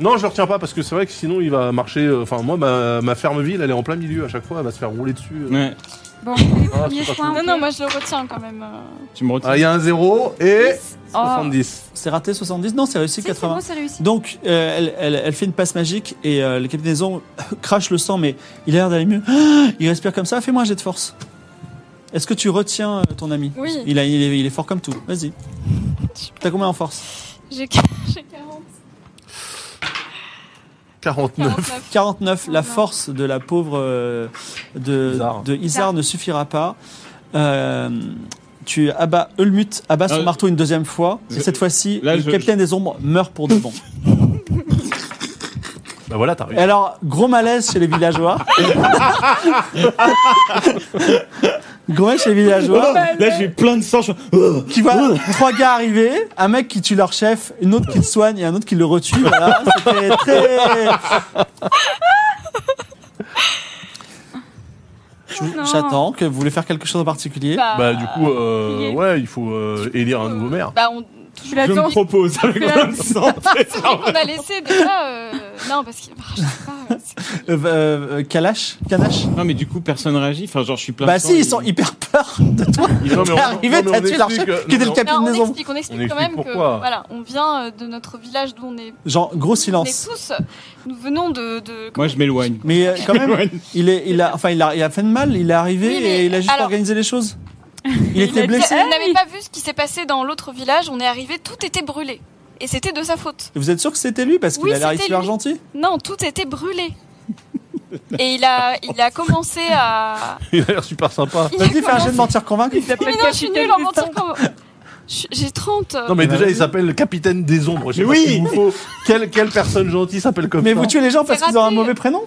Speaker 5: Non, je le retiens pas parce que c'est vrai que sinon il va marcher. euh, Enfin, moi ma, ma ferme ville elle est en plein milieu à chaque fois, elle va se faire rouler dessus. euh.
Speaker 4: Ouais,
Speaker 3: Bon, je fais les
Speaker 5: Ah,
Speaker 3: premiers
Speaker 5: c'est pas
Speaker 3: soins.
Speaker 6: Non,
Speaker 3: ok.
Speaker 6: non, moi je le retiens quand même. euh.
Speaker 4: tu me retiens.
Speaker 5: Ah, il y a un 0 et.
Speaker 3: Oh.
Speaker 5: 70.
Speaker 1: C'est raté 70 Non, c'est réussi
Speaker 3: Si, c'est
Speaker 1: 80.
Speaker 3: bon, c'est réussi.
Speaker 1: Donc, euh, elle, elle- elle fait une passe magique et euh, le capitaine des ombres crache le sang, mais il a l'air d'aller mieux. Il respire comme ça. Fais-moi un jet de force. Est-ce que tu retiens euh, ton ami
Speaker 6: Oui.
Speaker 1: il, a- il est, il est fort comme tout. Vas-y. T'as combien en force
Speaker 6: J'ai j'ai 40.
Speaker 5: 49.
Speaker 6: 49.
Speaker 1: 49. La force de la pauvre euh, de,
Speaker 5: Izar.
Speaker 1: de Izar ne suffira pas. Euh, tu abats Ulmut, abats son
Speaker 5: Euh,
Speaker 4: Ah,
Speaker 1: marteau une deuxième fois. Et
Speaker 4: je-
Speaker 1: cette fois-ci,
Speaker 4: là,
Speaker 1: le
Speaker 4: je-
Speaker 1: capitaine des ombres meurt pour de bon.
Speaker 5: Bah voilà, t'as
Speaker 1: Et
Speaker 5: réussi.
Speaker 1: alors, gros malaise chez les villageois. Gommage les
Speaker 5: Oh,
Speaker 1: villageois.
Speaker 5: ben.
Speaker 4: Là, j'ai plein de sang. je-
Speaker 1: Qui voit trois gars arriver, un mec qui tue leur chef, une autre qui le soigne et un autre qui le retue. Voilà, c'était très. Je-
Speaker 3: non.
Speaker 1: J'attends que vous voulez faire quelque chose en particulier.
Speaker 5: Bah,
Speaker 3: Ah.
Speaker 5: du coup, euh,
Speaker 6: il est-
Speaker 5: ouais, il faut euh, élire un nouveau maire.
Speaker 6: Bah, on,
Speaker 3: Tu
Speaker 4: Je me
Speaker 3: l'attends.
Speaker 4: propose avec plein de sang.
Speaker 6: on a laissé déjà. euh, non, parce que. bah, je sais pas. euh, c'est-
Speaker 1: Euh, euh, Kalash, Kanash.
Speaker 4: Non, mais du coup, personne réagit. Enfin, genre, je suis plein
Speaker 1: Bah
Speaker 4: de sang.
Speaker 1: si, ils sont hyper peur de toi.
Speaker 5: Ils sont
Speaker 1: T'es arrivé, t'as tué leur chef, qui était le
Speaker 6: Non,
Speaker 1: capitaine de
Speaker 6: on
Speaker 1: maison.
Speaker 6: explique, on explique
Speaker 5: On
Speaker 6: quand
Speaker 5: explique
Speaker 6: même
Speaker 5: pourquoi.
Speaker 6: que voilà, on vient euh, de notre village d'où on est,
Speaker 1: Genre gros
Speaker 6: on
Speaker 1: silence.
Speaker 6: est tous. Nous venons de. de-
Speaker 4: Moi, je m'éloigne.
Speaker 1: Mais euh, quand même, il est, il a, enfin, il a, il a fait de mal. Il est arrivé
Speaker 6: Oui, mais
Speaker 1: et il a juste
Speaker 6: alors-
Speaker 1: organisé les choses. Il
Speaker 3: a
Speaker 1: était
Speaker 3: dit-
Speaker 1: blessé.
Speaker 6: Vous n'avez pas vu ce qui s'est passé dans l'autre village, on est arrivé, tout était brûlé. Et c'était de sa faute.
Speaker 1: Et Vous êtes sûr que c'était lui parce qu'il
Speaker 6: Oui,
Speaker 1: a l'air
Speaker 6: c'était
Speaker 1: hyper
Speaker 6: lui.
Speaker 1: gentil.
Speaker 6: Non, tout était brûlé. Et il a, il a commencé à.
Speaker 5: Il a l'air super sympa.
Speaker 6: Il a
Speaker 1: Vas-y, fais un
Speaker 6: commencé-
Speaker 1: jeu de mentir convaincu.
Speaker 6: Mais non, je suis nulle en mentir comment. Je- J'ai 30. euh,
Speaker 5: Non, mais
Speaker 1: Bah,
Speaker 5: déjà,
Speaker 1: oui.
Speaker 5: il s'appelle Capitaine des Ombres. Je sais
Speaker 4: Mais
Speaker 5: pas
Speaker 4: oui.
Speaker 5: ce qu'il vous faut. Quelle, quelle personne gentille s'appelle comme
Speaker 1: Mais
Speaker 5: ça
Speaker 1: vous tuez les gens parce
Speaker 6: C'est
Speaker 1: qu'ils ont un
Speaker 6: raté.
Speaker 1: mauvais prénom.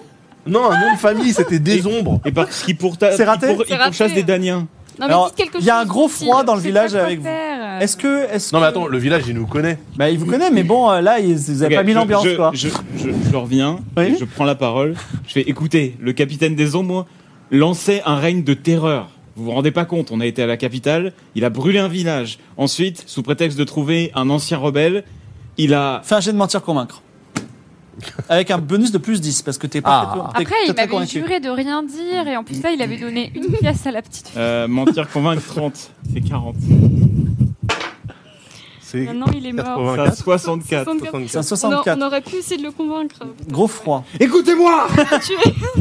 Speaker 5: Non, un nom de famille, c'était Des Ombres.
Speaker 4: Et parce qu'ils pourta-
Speaker 1: C'est raté
Speaker 4: ils pour-
Speaker 6: C'est
Speaker 4: ils pourchassent
Speaker 6: raté.
Speaker 4: des Daniens.
Speaker 6: Non, mais
Speaker 1: Alors,
Speaker 6: dites quelque chose.
Speaker 1: il y a un gros
Speaker 6: si-
Speaker 1: froid dans le
Speaker 3: C'est
Speaker 1: village
Speaker 3: pas quoi
Speaker 1: avec vous.
Speaker 6: Euh.
Speaker 3: faire.
Speaker 1: Est-ce que, est-ce
Speaker 5: Non,
Speaker 1: que-
Speaker 5: mais attends, le village, il nous connaît.
Speaker 1: Bah, il vous connaît, mais bon, euh, là, ils, vous avez
Speaker 4: Ok,
Speaker 1: pas mis
Speaker 4: je-
Speaker 1: l'ambiance,
Speaker 4: je,
Speaker 1: quoi.
Speaker 4: Je, je, je reviens,
Speaker 1: Oui.
Speaker 4: et je prends la parole. Je fais écoutez, le capitaine des ombres lançait un règne de terreur. Vous vous rendez pas compte, on a été à la capitale, il a brûlé un village. Ensuite, sous prétexte de trouver un ancien rebelle, il a.
Speaker 1: Fais un jet de mentir convaincre. Avec un bonus de plus 10 parce que t'es pas
Speaker 5: Ah.
Speaker 1: t'es-
Speaker 3: Après,
Speaker 1: t'es
Speaker 3: il
Speaker 1: très
Speaker 3: m'avait
Speaker 1: convaincu.
Speaker 3: juré de rien dire et en plus là, il avait donné une pièce à la petite fille.
Speaker 4: euh, mentir, convaincre 30, c'est 40.
Speaker 5: C'est
Speaker 3: Maintenant, il est mort.
Speaker 4: Ça,
Speaker 5: 84.
Speaker 4: 64.
Speaker 5: 64.
Speaker 6: 64.
Speaker 1: C'est un
Speaker 6: On, a-
Speaker 1: 64.
Speaker 6: on aurait pu essayer de le convaincre. euh,
Speaker 1: Gros froid.
Speaker 4: Écoutez-moi
Speaker 6: Tu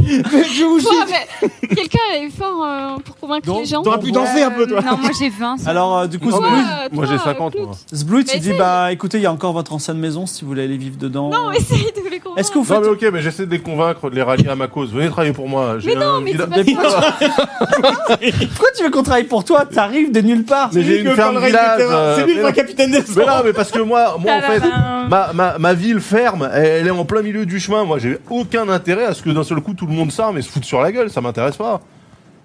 Speaker 4: Je vous
Speaker 6: Toi,
Speaker 4: chie
Speaker 6: mais quelqu'un est fort euh, pour convaincre
Speaker 1: Non,
Speaker 6: les gens.
Speaker 4: t'aurais pu danser un peu, toi.
Speaker 3: Non, moi j'ai 20. c'est
Speaker 1: Alors, euh, du coup,
Speaker 5: Non,
Speaker 6: Toi,
Speaker 5: mais-
Speaker 1: Zblut,
Speaker 6: euh,
Speaker 5: Moi,
Speaker 6: toi,
Speaker 5: j'ai 50,
Speaker 6: Knut.
Speaker 5: moi.
Speaker 1: Zblut, il
Speaker 6: Mais
Speaker 1: dit
Speaker 6: essaye.
Speaker 1: bah écoutez, il y a encore votre ancienne maison si vous voulez aller vivre dedans.
Speaker 6: Non, essaye de les convaincre.
Speaker 1: Est-ce que vous faites.
Speaker 5: Non mais ok, mais j'essaie de les convaincre, de les rallier à ma cause. Venez travailler pour moi. j'ai
Speaker 6: Mais non,
Speaker 5: un
Speaker 6: mais
Speaker 5: villa-
Speaker 6: c'est pas ça.
Speaker 1: Pourquoi tu veux qu'on travaille pour toi T'arrives de nulle part.
Speaker 5: Mais j'ai une ferme village. euh,
Speaker 4: C'est lui
Speaker 5: mais
Speaker 4: le
Speaker 5: non.
Speaker 4: vrai capitaine des
Speaker 5: Mais
Speaker 4: ombres
Speaker 5: non, mais parce que moi, moi en fait,
Speaker 6: Ah,
Speaker 3: Ta-da-da.
Speaker 5: ma, ma, ma ville ferme, elle, elle est en plein milieu du chemin. Moi, j'ai aucun intérêt à ce que d'un seul coup tout le monde s'arme et se foute sur la gueule. Ça m'intéresse pas.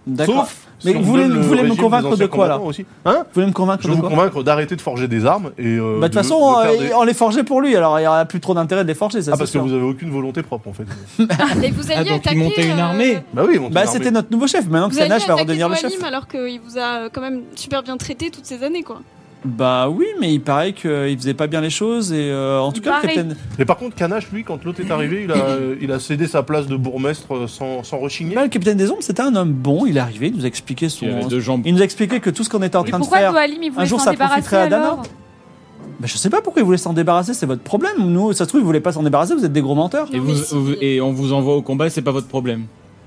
Speaker 1: D'accord.
Speaker 5: Sauf.
Speaker 1: Mais
Speaker 5: on
Speaker 1: vous voulez-
Speaker 5: donne
Speaker 1: vous
Speaker 5: le
Speaker 1: voulez me
Speaker 5: régime des
Speaker 1: convaincre de
Speaker 5: anciens
Speaker 1: quoi, là
Speaker 5: combattants aussi. Hein
Speaker 1: Vous voulez me convaincre
Speaker 5: Je
Speaker 1: de
Speaker 5: veux vous
Speaker 1: quoi
Speaker 5: convaincre d'arrêter de forger des armes et. euh,
Speaker 1: Bah de toute
Speaker 5: de-
Speaker 1: façon,
Speaker 5: de faire
Speaker 1: euh,
Speaker 5: des-
Speaker 1: on les forgeait pour lui, alors il n'y aura plus trop d'intérêt de les forger, ça
Speaker 5: Ah
Speaker 1: c'est
Speaker 5: parce que
Speaker 1: sûr.
Speaker 5: vous avez aucune volonté propre en fait.
Speaker 6: Mais vous
Speaker 4: Ah,
Speaker 6: alliez
Speaker 4: donc
Speaker 6: attaquer.
Speaker 4: il montait une
Speaker 6: euh,
Speaker 4: armée
Speaker 5: Bah oui, mon
Speaker 1: Bah
Speaker 5: petit
Speaker 1: c'était
Speaker 5: armée.
Speaker 1: notre nouveau chef, maintenant que
Speaker 6: Vous alliez
Speaker 1: Sanage va
Speaker 6: attaquer
Speaker 1: redevenir le chef.
Speaker 6: Joachim alors qu'il vous a euh, quand même super bien traité toutes ces années, quoi.
Speaker 1: Bah oui, mais il paraît qu'il faisait pas bien les choses et euh, en tout
Speaker 3: Il
Speaker 1: cas le
Speaker 3: paraît.
Speaker 1: capitaine...
Speaker 5: Mais par contre, Canache, lui, quand l'autre est arrivé, il a, il a cédé sa place de bourgmestre euh, sans, sans rechigner.
Speaker 1: Là, le capitaine des ombres c'était un homme bon, il est arrivé, il nous a expliqué son...
Speaker 4: Il avait deux jambes.
Speaker 1: Il nous a expliqué que tout ce qu'on était en train de
Speaker 3: Pourquoi
Speaker 1: faire...
Speaker 3: Doalim il voulait
Speaker 1: jour,
Speaker 3: s'en
Speaker 1: ça
Speaker 3: débarrasser
Speaker 1: profiterait à Dana.
Speaker 3: alors
Speaker 1: Bah, je sais pas pourquoi il voulait s'en débarrasser, c'est votre problème. Nous, ça se trouve, il voulait pas s'en débarrasser, vous êtes des gros menteurs.
Speaker 4: Et, vous- et on vous envoie au combat, c'est pas votre problème.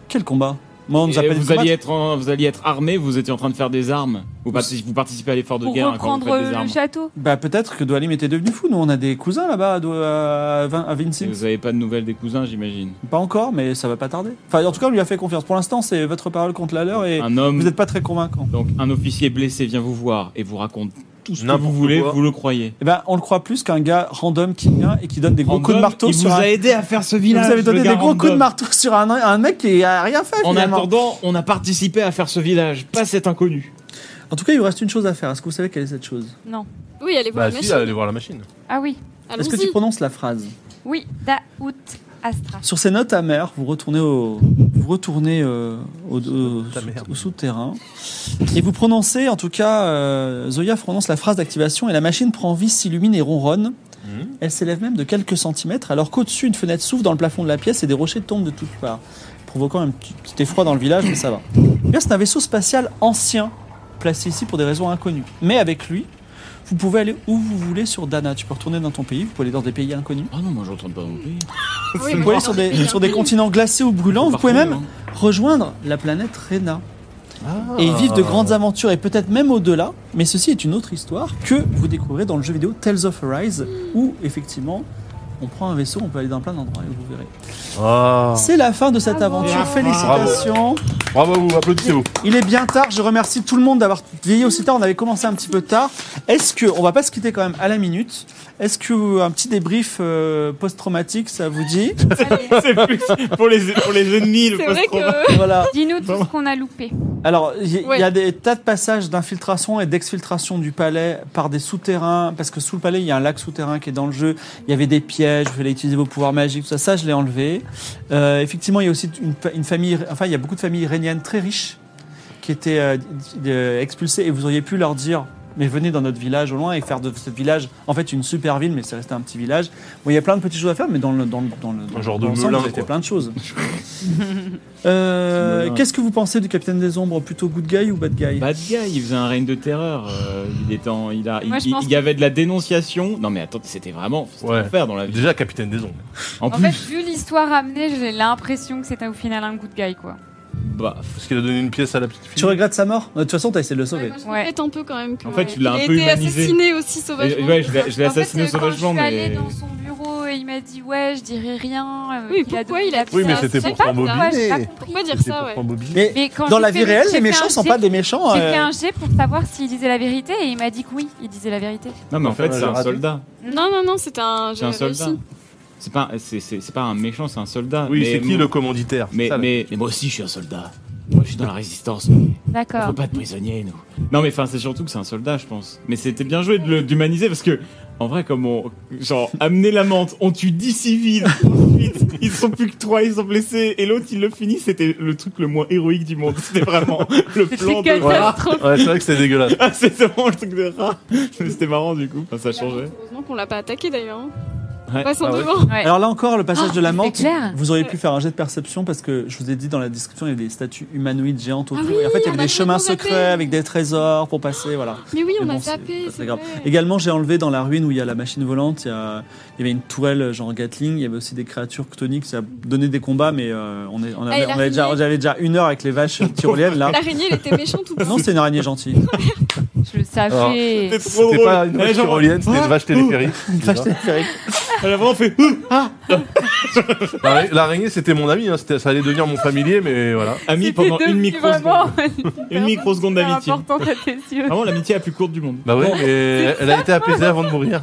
Speaker 1: Quel combat Moi on nous
Speaker 4: Et
Speaker 1: appelle
Speaker 4: vous, alliez être en- vous alliez être armé, vous étiez en train de faire des armes. Vous, partici- vous participez à l'effort de
Speaker 3: Pour
Speaker 4: guerre hein, quand vous
Speaker 3: reprendre
Speaker 4: faites des
Speaker 3: le
Speaker 4: armes.
Speaker 3: château.
Speaker 1: Bah peut-être que Doalim était devenu fou, nous on a des cousins là-bas à, Do- à Vin- à
Speaker 4: Et
Speaker 1: Vincent.
Speaker 4: vous avez pas de nouvelles des cousins, j'imagine.
Speaker 1: Pas encore, mais ça va pas tarder. Enfin, en tout cas, on lui a fait confiance. Pour l'instant, c'est votre parole contre la leur et
Speaker 4: Un
Speaker 1: vous
Speaker 4: homme,
Speaker 1: n'êtes pas très convaincant.
Speaker 4: donc un officier blessé vient vous voir et vous raconte tout ce que
Speaker 5: N'importe
Speaker 4: vous voulez,
Speaker 5: quoi.
Speaker 4: vous le croyez.
Speaker 1: Eh ben, on le croit plus qu'un gars random qui vient et qui donne des gros
Speaker 4: Random,
Speaker 1: coups de marteau
Speaker 4: il vous
Speaker 1: sur un.
Speaker 4: a aidé à faire ce
Speaker 1: Vous
Speaker 4: village.
Speaker 1: avez donné
Speaker 4: le
Speaker 1: des
Speaker 4: gars
Speaker 1: gros coups de
Speaker 4: random.
Speaker 1: marteau sur un, un mec qui a rien fait
Speaker 4: En
Speaker 1: finalement.
Speaker 4: attendant, on a participé à faire ce village, pas cet inconnu.
Speaker 1: En tout cas, il vous reste une chose à faire. Est-ce que vous savez quelle est cette chose
Speaker 3: Non.
Speaker 6: Oui, allez voir
Speaker 5: Bah
Speaker 6: la
Speaker 5: si,
Speaker 6: machine.
Speaker 5: allez voir la machine.
Speaker 3: Ah oui.
Speaker 1: Est-ce que tu
Speaker 6: Allons-y.
Speaker 1: prononces la phrase
Speaker 3: Oui, Daout Astra.
Speaker 1: Sur ces notes amères, vous retournez au, vous retournez euh, au, au-
Speaker 5: amères.
Speaker 1: au souterrain et vous prononcez, en tout cas, euh, Zoya prononce la phrase d'activation et la machine prend vie, s'illumine et ronronne.
Speaker 5: Mhm.
Speaker 1: Elle s'élève même de quelques centimètres alors qu'au-dessus, une fenêtre s'ouvre dans le plafond de la pièce et des rochers tombent de toutes parts, provoquant un petit, petit effroi dans le village, mais ça va. Eh Bien, c'est un vaisseau spatial ancien placé ici pour des raisons inconnues. Mais avec lui, vous pouvez aller où vous voulez sur Dana. Tu peux retourner dans ton pays, vous pouvez aller dans des pays inconnus.
Speaker 4: Ah non, moi je retourne pas non plus.
Speaker 6: Oui,
Speaker 1: Vous pouvez
Speaker 6: mais
Speaker 1: aller
Speaker 6: dans
Speaker 1: sur
Speaker 6: les
Speaker 1: des,
Speaker 6: pays
Speaker 1: sur des
Speaker 6: inconnus.
Speaker 1: continents glacés ou brûlants. Vous
Speaker 4: Par
Speaker 1: pouvez
Speaker 4: contre,
Speaker 1: même
Speaker 4: hein.
Speaker 1: rejoindre la planète Rena
Speaker 5: Ah.
Speaker 1: et y vivre de grandes aventures et peut-être même au-delà. Mais ceci est une autre histoire que vous découvrirez dans le jeu vidéo Tales of Arise où effectivement on prend un vaisseau, on peut aller dans plein d'endroits et vous verrez.
Speaker 5: Ah.
Speaker 1: C'est la fin de cette
Speaker 3: Bravo.
Speaker 1: aventure.
Speaker 3: Bravo.
Speaker 1: Félicitations.
Speaker 5: Bravo à vous, applaudissez-vous.
Speaker 1: Il est bien tard. Je remercie tout le monde d'avoir veillé aussi tard. On avait commencé un petit peu tard. Est-ce que on va pas se quitter quand même à la minute Est-ce que un petit débrief euh, post-traumatique, ça vous dit
Speaker 6: Allez,
Speaker 4: C'est plus- pour les, pour les ennemis, le
Speaker 6: C'est vrai
Speaker 4: post-trauma.
Speaker 6: que.
Speaker 1: Voilà.
Speaker 3: Dis-nous tout ce qu'on a loupé.
Speaker 1: Alors, il y, il y a
Speaker 6: Ouais.
Speaker 1: des tas de passages d'infiltration et d'exfiltration du palais par des souterrains, parce que sous le palais, il y a un lac souterrain qui est dans le jeu. Il y avait des pièges, vous fallait utiliser vos pouvoirs magiques, tout ça, ça je l'ai enlevé. Euh, effectivement, il y a aussi une, fa- une famille, enfin, il y a beaucoup de familles iraniennes très riches qui étaient euh, d- euh, expulsées, et vous auriez pu leur dire, mais venez dans notre village au loin et faire de ce village, en fait, une super ville, mais c'est resté un petit village. Bon, il y a plein de petites choses à faire, mais dans le, dans le, dans le,
Speaker 5: genre de
Speaker 1: dans l'ensemble,
Speaker 5: Melun,
Speaker 1: vous avez fait
Speaker 5: quoi.
Speaker 1: plein de choses. Euh, Qu'est-ce que vous pensez du Capitaine des Ombres Plutôt good guy ou bad guy
Speaker 4: Bad guy, il faisait un règne de terreur. euh, il était en- il a, il,
Speaker 3: Moi, je
Speaker 4: il-
Speaker 3: pense
Speaker 4: il
Speaker 3: que-
Speaker 4: y avait de la dénonciation. Non mais attends, c'était vraiment, faut
Speaker 5: Ouais.
Speaker 4: faire dans la vie.
Speaker 5: Déjà, capitaine des ondes.
Speaker 4: En,
Speaker 3: En
Speaker 4: plus,
Speaker 3: fait, vu l'histoire amenée, j'ai l'impression que c'était au final un good guy, quoi.
Speaker 4: bah,
Speaker 5: Parce qu'il a donné une pièce à la petite
Speaker 1: Tu
Speaker 5: fille.
Speaker 1: regrettes sa mort Bah, De toute façon, t'as essayé de le
Speaker 6: Ouais,
Speaker 1: sauver.
Speaker 6: moi, je
Speaker 3: Ouais.
Speaker 6: regrette un peu quand même que.
Speaker 4: En fait, tu l'as
Speaker 6: il
Speaker 4: un
Speaker 6: a
Speaker 4: peu
Speaker 6: été
Speaker 4: humanisé.
Speaker 6: assassiné aussi
Speaker 4: et-
Speaker 6: sauvagement.
Speaker 4: ouais, je l'ai je l'ai
Speaker 3: En fait,
Speaker 4: assassiné
Speaker 3: euh, quand je
Speaker 4: sauvagement,
Speaker 3: suis allée
Speaker 4: mais
Speaker 3: dans son bureau et il m'a dit ouais, je dirai rien. euh,
Speaker 6: Oui,
Speaker 3: qu'il a
Speaker 6: pourquoi
Speaker 3: donné
Speaker 6: il a
Speaker 3: la-
Speaker 6: fait
Speaker 5: Oui, mais
Speaker 6: ça
Speaker 5: c'était
Speaker 6: Je sais
Speaker 5: pour
Speaker 6: pas,
Speaker 3: Ouais, j'ai pas
Speaker 5: s'embobiner.
Speaker 3: compris.
Speaker 6: Pourquoi dire
Speaker 5: C'était
Speaker 6: ça,
Speaker 5: pour
Speaker 6: ouais
Speaker 5: s'embobiner.
Speaker 1: Mais,
Speaker 3: Mais quand
Speaker 1: dans
Speaker 3: j'ai
Speaker 1: la
Speaker 3: fait
Speaker 1: vie
Speaker 3: mes-
Speaker 1: réelle,
Speaker 3: j'ai
Speaker 1: les
Speaker 3: fait
Speaker 1: méchants
Speaker 3: un
Speaker 1: sont
Speaker 3: jet-
Speaker 1: pas des méchants.
Speaker 3: J'ai
Speaker 1: euh.
Speaker 3: fait un jet pour savoir s'il disait la vérité et il m'a dit que oui, il disait la vérité.
Speaker 4: non mais en
Speaker 5: Enfin,
Speaker 4: fait c'est
Speaker 5: j'ai
Speaker 4: un
Speaker 5: raté.
Speaker 4: soldat.
Speaker 6: Non, non, non, c'était un.
Speaker 4: C'est un
Speaker 6: j'avais
Speaker 4: soldat.
Speaker 6: réussi.
Speaker 4: C'est pas c'est- c'est c'est pas un méchant, c'est un soldat.
Speaker 5: Oui,
Speaker 4: Mais
Speaker 5: c'est qui
Speaker 4: mon-
Speaker 5: le commanditaire C'est
Speaker 4: mais,
Speaker 5: ça, là.
Speaker 4: mais, mais moi aussi je suis un soldat. Moi je suis dans la résistance. On
Speaker 3: D'accord.
Speaker 4: veut pas de prisonniers nous. Non mais enfin c'est surtout que c'est un soldat je pense. Mais c'était bien joué de le- d'humaniser parce que en vrai comme on genre amener la menthe, on tue 10 civils. ensuite, ils sont plus que trois, ils sont blessés et l'autre il le finit, c'était le truc le moins héroïque du monde. C'était vraiment le plan de
Speaker 5: Ouais,
Speaker 4: rat.
Speaker 5: ouais, c'est vrai que c'était dégueulasse.
Speaker 4: Ah, c'est vraiment le truc de rat. Mais C'était marrant du coup, Enfin, ça changeait.
Speaker 6: Heureusement qu'on l'a pas attaqué d'ailleurs. hein.
Speaker 4: Ouais.
Speaker 6: Passons
Speaker 4: Ah ouais.
Speaker 6: devant.
Speaker 3: Ouais.
Speaker 1: Alors là encore, le passage
Speaker 3: Ah,
Speaker 1: de la
Speaker 3: c'est
Speaker 1: menthe,
Speaker 3: clair.
Speaker 1: vous auriez pu faire un jet de perception parce que je vous ai dit dans la description, il y avait des statues humanoïdes géantes autour.
Speaker 6: Ah oui,
Speaker 1: et en fait, il y
Speaker 6: on
Speaker 1: avait
Speaker 6: a
Speaker 1: des chemins
Speaker 6: complètement zappé.
Speaker 1: secrets avec des trésors pour passer. Voilà.
Speaker 6: Mais oui, on
Speaker 1: Mais
Speaker 6: a
Speaker 1: bon, c'est
Speaker 6: tapé.
Speaker 1: pas
Speaker 6: c'est
Speaker 1: très grave.
Speaker 6: vrai.
Speaker 1: Également, j'ai enlevé dans la ruine où il y a la machine volante, il y, a- il y avait une tourelle euh, genre Gatling, il y avait aussi des créatures ctoniques, ça donnait des combats, mais euh, on, est, on, avait,
Speaker 6: et
Speaker 1: on avait déjà,
Speaker 6: l'araignée.
Speaker 1: j'avais déjà une heure avec les vaches tyroliennes là.
Speaker 6: L'araignée, elle était méchante ou pas
Speaker 1: Non, c'est une araignée gentille.
Speaker 3: Je le savais.
Speaker 4: C'était trop
Speaker 5: C'était
Speaker 4: drôle.
Speaker 5: pas une
Speaker 4: Elle a
Speaker 5: vache
Speaker 4: genre-
Speaker 5: tyrolienne, c'était
Speaker 4: Ah,
Speaker 5: une vache téléphérique.
Speaker 1: Vache téléphérique.
Speaker 4: Elle a vraiment fait. Hum
Speaker 5: L'ara- L'araignée, c'était mon ami, hein, c'était- ça allait devenir mon familier, mais voilà.
Speaker 4: Ami
Speaker 3: C'était
Speaker 4: pendant
Speaker 3: devenu
Speaker 4: une microseconde.
Speaker 3: vraiment
Speaker 4: Une microseconde
Speaker 3: hyper
Speaker 4: d'amitié.
Speaker 3: important à tes yeux.
Speaker 4: Vraiment Ah l'amitié la plus courte du monde.
Speaker 5: Bah ouais, mais elle a été apaisée avant de mourir.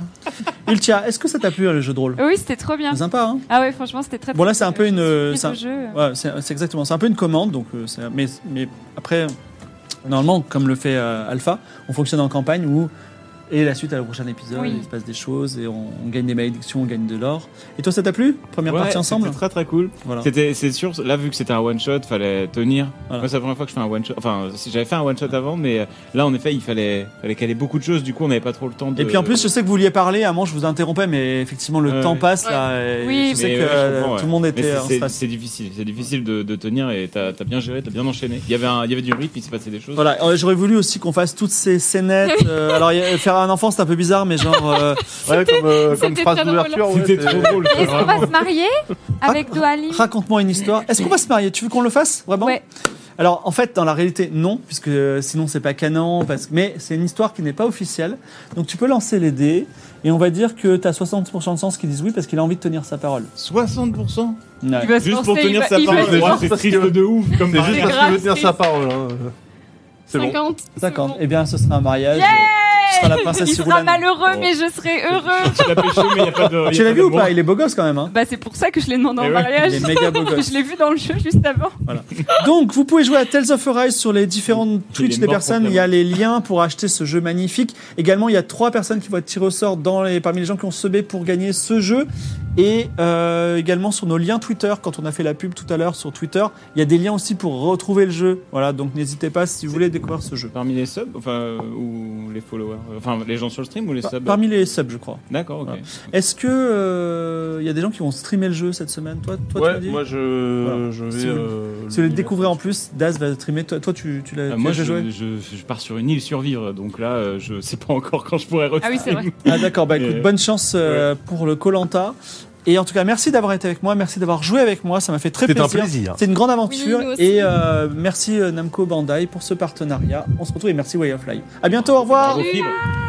Speaker 1: Ultia, est-ce que ça t'a plu le jeu de
Speaker 4: Ah
Speaker 1: rôle
Speaker 3: Oui, c'était trop bien.
Speaker 1: C'est Sympa, hein
Speaker 3: Ah ouais, franchement, c'était très.
Speaker 1: Bon, là,
Speaker 3: très-
Speaker 1: c'est un peu une, euh,
Speaker 3: surprise
Speaker 1: c'est un-
Speaker 3: au jeu.
Speaker 1: Ouais, c'est c'est exactement. C'est un peu une commande, donc euh, c'est- mais, mais après, normalement, comme le fait euh, Alpha, on fonctionne en campagne où et la suite à le prochain épisode,
Speaker 3: Oui.
Speaker 1: il se passe des choses et on, on gagne des malédictions, on gagne de l'or. Et toi, ça t'a plu Première
Speaker 4: Ouais,
Speaker 1: partie ensemble hein.
Speaker 4: C'était très très cool.
Speaker 1: Voilà.
Speaker 4: C'était, c'est sûr, là vu que c'était un one shot, fallait tenir.
Speaker 1: Voilà.
Speaker 4: Moi, c'est la première fois que je fais un one shot. Enfin, si j'avais fait un one shot avant, mais euh, là en effet, il fallait, fallait caler beaucoup de choses. Du coup, on n'avait pas trop le temps de.
Speaker 1: Et puis en plus, je sais que vous vouliez parler. À un moment, je vous interrompais, mais effectivement, le
Speaker 4: Ouais,
Speaker 1: temps
Speaker 4: ouais.
Speaker 1: passe là. et
Speaker 3: Oui,
Speaker 1: je sais
Speaker 4: mais
Speaker 1: que
Speaker 4: ouais, je comprends,
Speaker 1: euh,
Speaker 4: ouais.
Speaker 1: tout le monde
Speaker 4: Mais
Speaker 1: était
Speaker 4: c'est,
Speaker 1: en
Speaker 4: c'est-
Speaker 1: stress.
Speaker 4: c'est difficile, c'est difficile de, de tenir et t'as, t'as bien géré, t'as bien enchaîné. Il y avait un, il y avait du rythme, il s'est passé des choses.
Speaker 1: Voilà, euh, j'aurais voulu aussi qu'on fasse toutes ces scénettes. euh, alors, y a- faire un enfant, c'est un peu bizarre, mais genre. euh,
Speaker 5: Ouais, comme, euh, comme
Speaker 6: c'était
Speaker 5: phrase
Speaker 6: très
Speaker 5: d'ouverture. ouais,
Speaker 4: C'était
Speaker 5: c'est-
Speaker 4: trop drôle.
Speaker 3: Est-ce qu'on va se marier
Speaker 1: Ah,
Speaker 3: avec Doali
Speaker 1: Raconte-moi une histoire. Est-ce qu'on va se marier Tu veux qu'on le fasse Vraiment
Speaker 3: Ouais.
Speaker 1: Alors, en fait, dans la réalité, non, puisque euh, sinon, c'est pas canon. Parce... que- Mais c'est une histoire qui n'est pas officielle. Donc, tu peux lancer les dés. Et on va dire que tu as 60% de sens qui disent oui parce qu'il a envie de tenir sa parole.
Speaker 4: 60%
Speaker 1: Ouais.
Speaker 3: Il va se
Speaker 4: Juste pour
Speaker 3: lancer,
Speaker 4: tenir
Speaker 3: il
Speaker 4: sa
Speaker 3: va- il va-
Speaker 4: parole,
Speaker 5: se
Speaker 4: déjà,
Speaker 5: lancer.
Speaker 4: c'est triste de ouf. Comme
Speaker 5: C'est
Speaker 4: par
Speaker 5: juste
Speaker 4: hasard.
Speaker 5: parce
Speaker 6: grave,
Speaker 5: qu'il veut tenir
Speaker 6: c'est-
Speaker 5: sa parole. hein. C'est bon.
Speaker 6: 50. c'est
Speaker 1: 50.
Speaker 6: bon.
Speaker 1: Eh bien, ce sera un mariage. ce sera la princesse
Speaker 3: Il
Speaker 1: sur
Speaker 3: sera
Speaker 1: Ulan.
Speaker 3: malheureux,
Speaker 4: Bon.
Speaker 3: mais je serai heureux.
Speaker 4: Tu l'as pêché, mais il y a pas de. il y
Speaker 1: Tu
Speaker 4: a
Speaker 1: l'as
Speaker 4: pas
Speaker 1: vu ou
Speaker 4: d'amour.
Speaker 1: pas Il est beau gosse quand même. hein.
Speaker 3: Bah, c'est pour ça que je l'ai demandé
Speaker 4: Eh
Speaker 3: en
Speaker 4: ouais,
Speaker 3: mariage.
Speaker 1: il est méga beau gosse.
Speaker 3: Je l'ai vu dans le jeu juste avant.
Speaker 1: Donc, vous pouvez jouer à Tales of Arise sur les différentes
Speaker 4: Il
Speaker 1: Twitch
Speaker 4: est
Speaker 1: des
Speaker 4: mort
Speaker 1: personnes. Il y
Speaker 4: complètement.
Speaker 1: a les liens pour acheter ce jeu magnifique. Également, il y a trois personnes qui vont être tirées au sort dans les, parmi les gens qui ont sebé pour gagner ce jeu. Et euh, également sur nos liens Twitter, quand on a fait la pub tout à l'heure sur Twitter, il y a des liens aussi pour retrouver le jeu. Voilà, donc n'hésitez pas si vous voulez découvrir ce jeu.
Speaker 4: Parmi les subs, enfin, euh, ou les followers, euh, enfin, les gens sur le stream ou les
Speaker 1: Par-
Speaker 4: subs
Speaker 1: Parmi les subs, je crois.
Speaker 4: D'accord, ok.
Speaker 1: Voilà. Est-ce que euh, il y a des gens qui vont streamer le jeu cette semaine Toi, toi tu
Speaker 5: Ouais,
Speaker 1: m'as dit
Speaker 5: moi je,
Speaker 1: Voilà.
Speaker 5: je vais.
Speaker 1: Si vous-
Speaker 5: euh,
Speaker 1: Si vous voulez
Speaker 5: le-
Speaker 1: le découvrir en plus, Das va streamer. Toi, toi tu, tu l'as
Speaker 4: Euh,
Speaker 1: tu
Speaker 4: moi,
Speaker 1: l'as
Speaker 4: je,
Speaker 1: joué
Speaker 4: je, je pars sur une île survivre, donc là, euh, je sais pas encore quand je pourrais
Speaker 3: Ah
Speaker 4: refaire.
Speaker 3: oui, c'est vrai.
Speaker 1: Ah d'accord, bah écoute,
Speaker 4: Et-
Speaker 1: bonne chance euh, pour le Colanta. Et en tout cas, merci d'avoir été avec moi, merci d'avoir joué avec moi, ça m'a fait très
Speaker 5: C'était
Speaker 1: plaisir.
Speaker 5: un plaisir.
Speaker 1: C'est une grande
Speaker 6: Oui,
Speaker 1: aventure
Speaker 6: nous aussi.
Speaker 1: et euh, merci euh, Namco Bandai pour ce partenariat. On se retrouve et merci Way of Life. À bientôt, au revoir.
Speaker 4: Bravo, Fibre.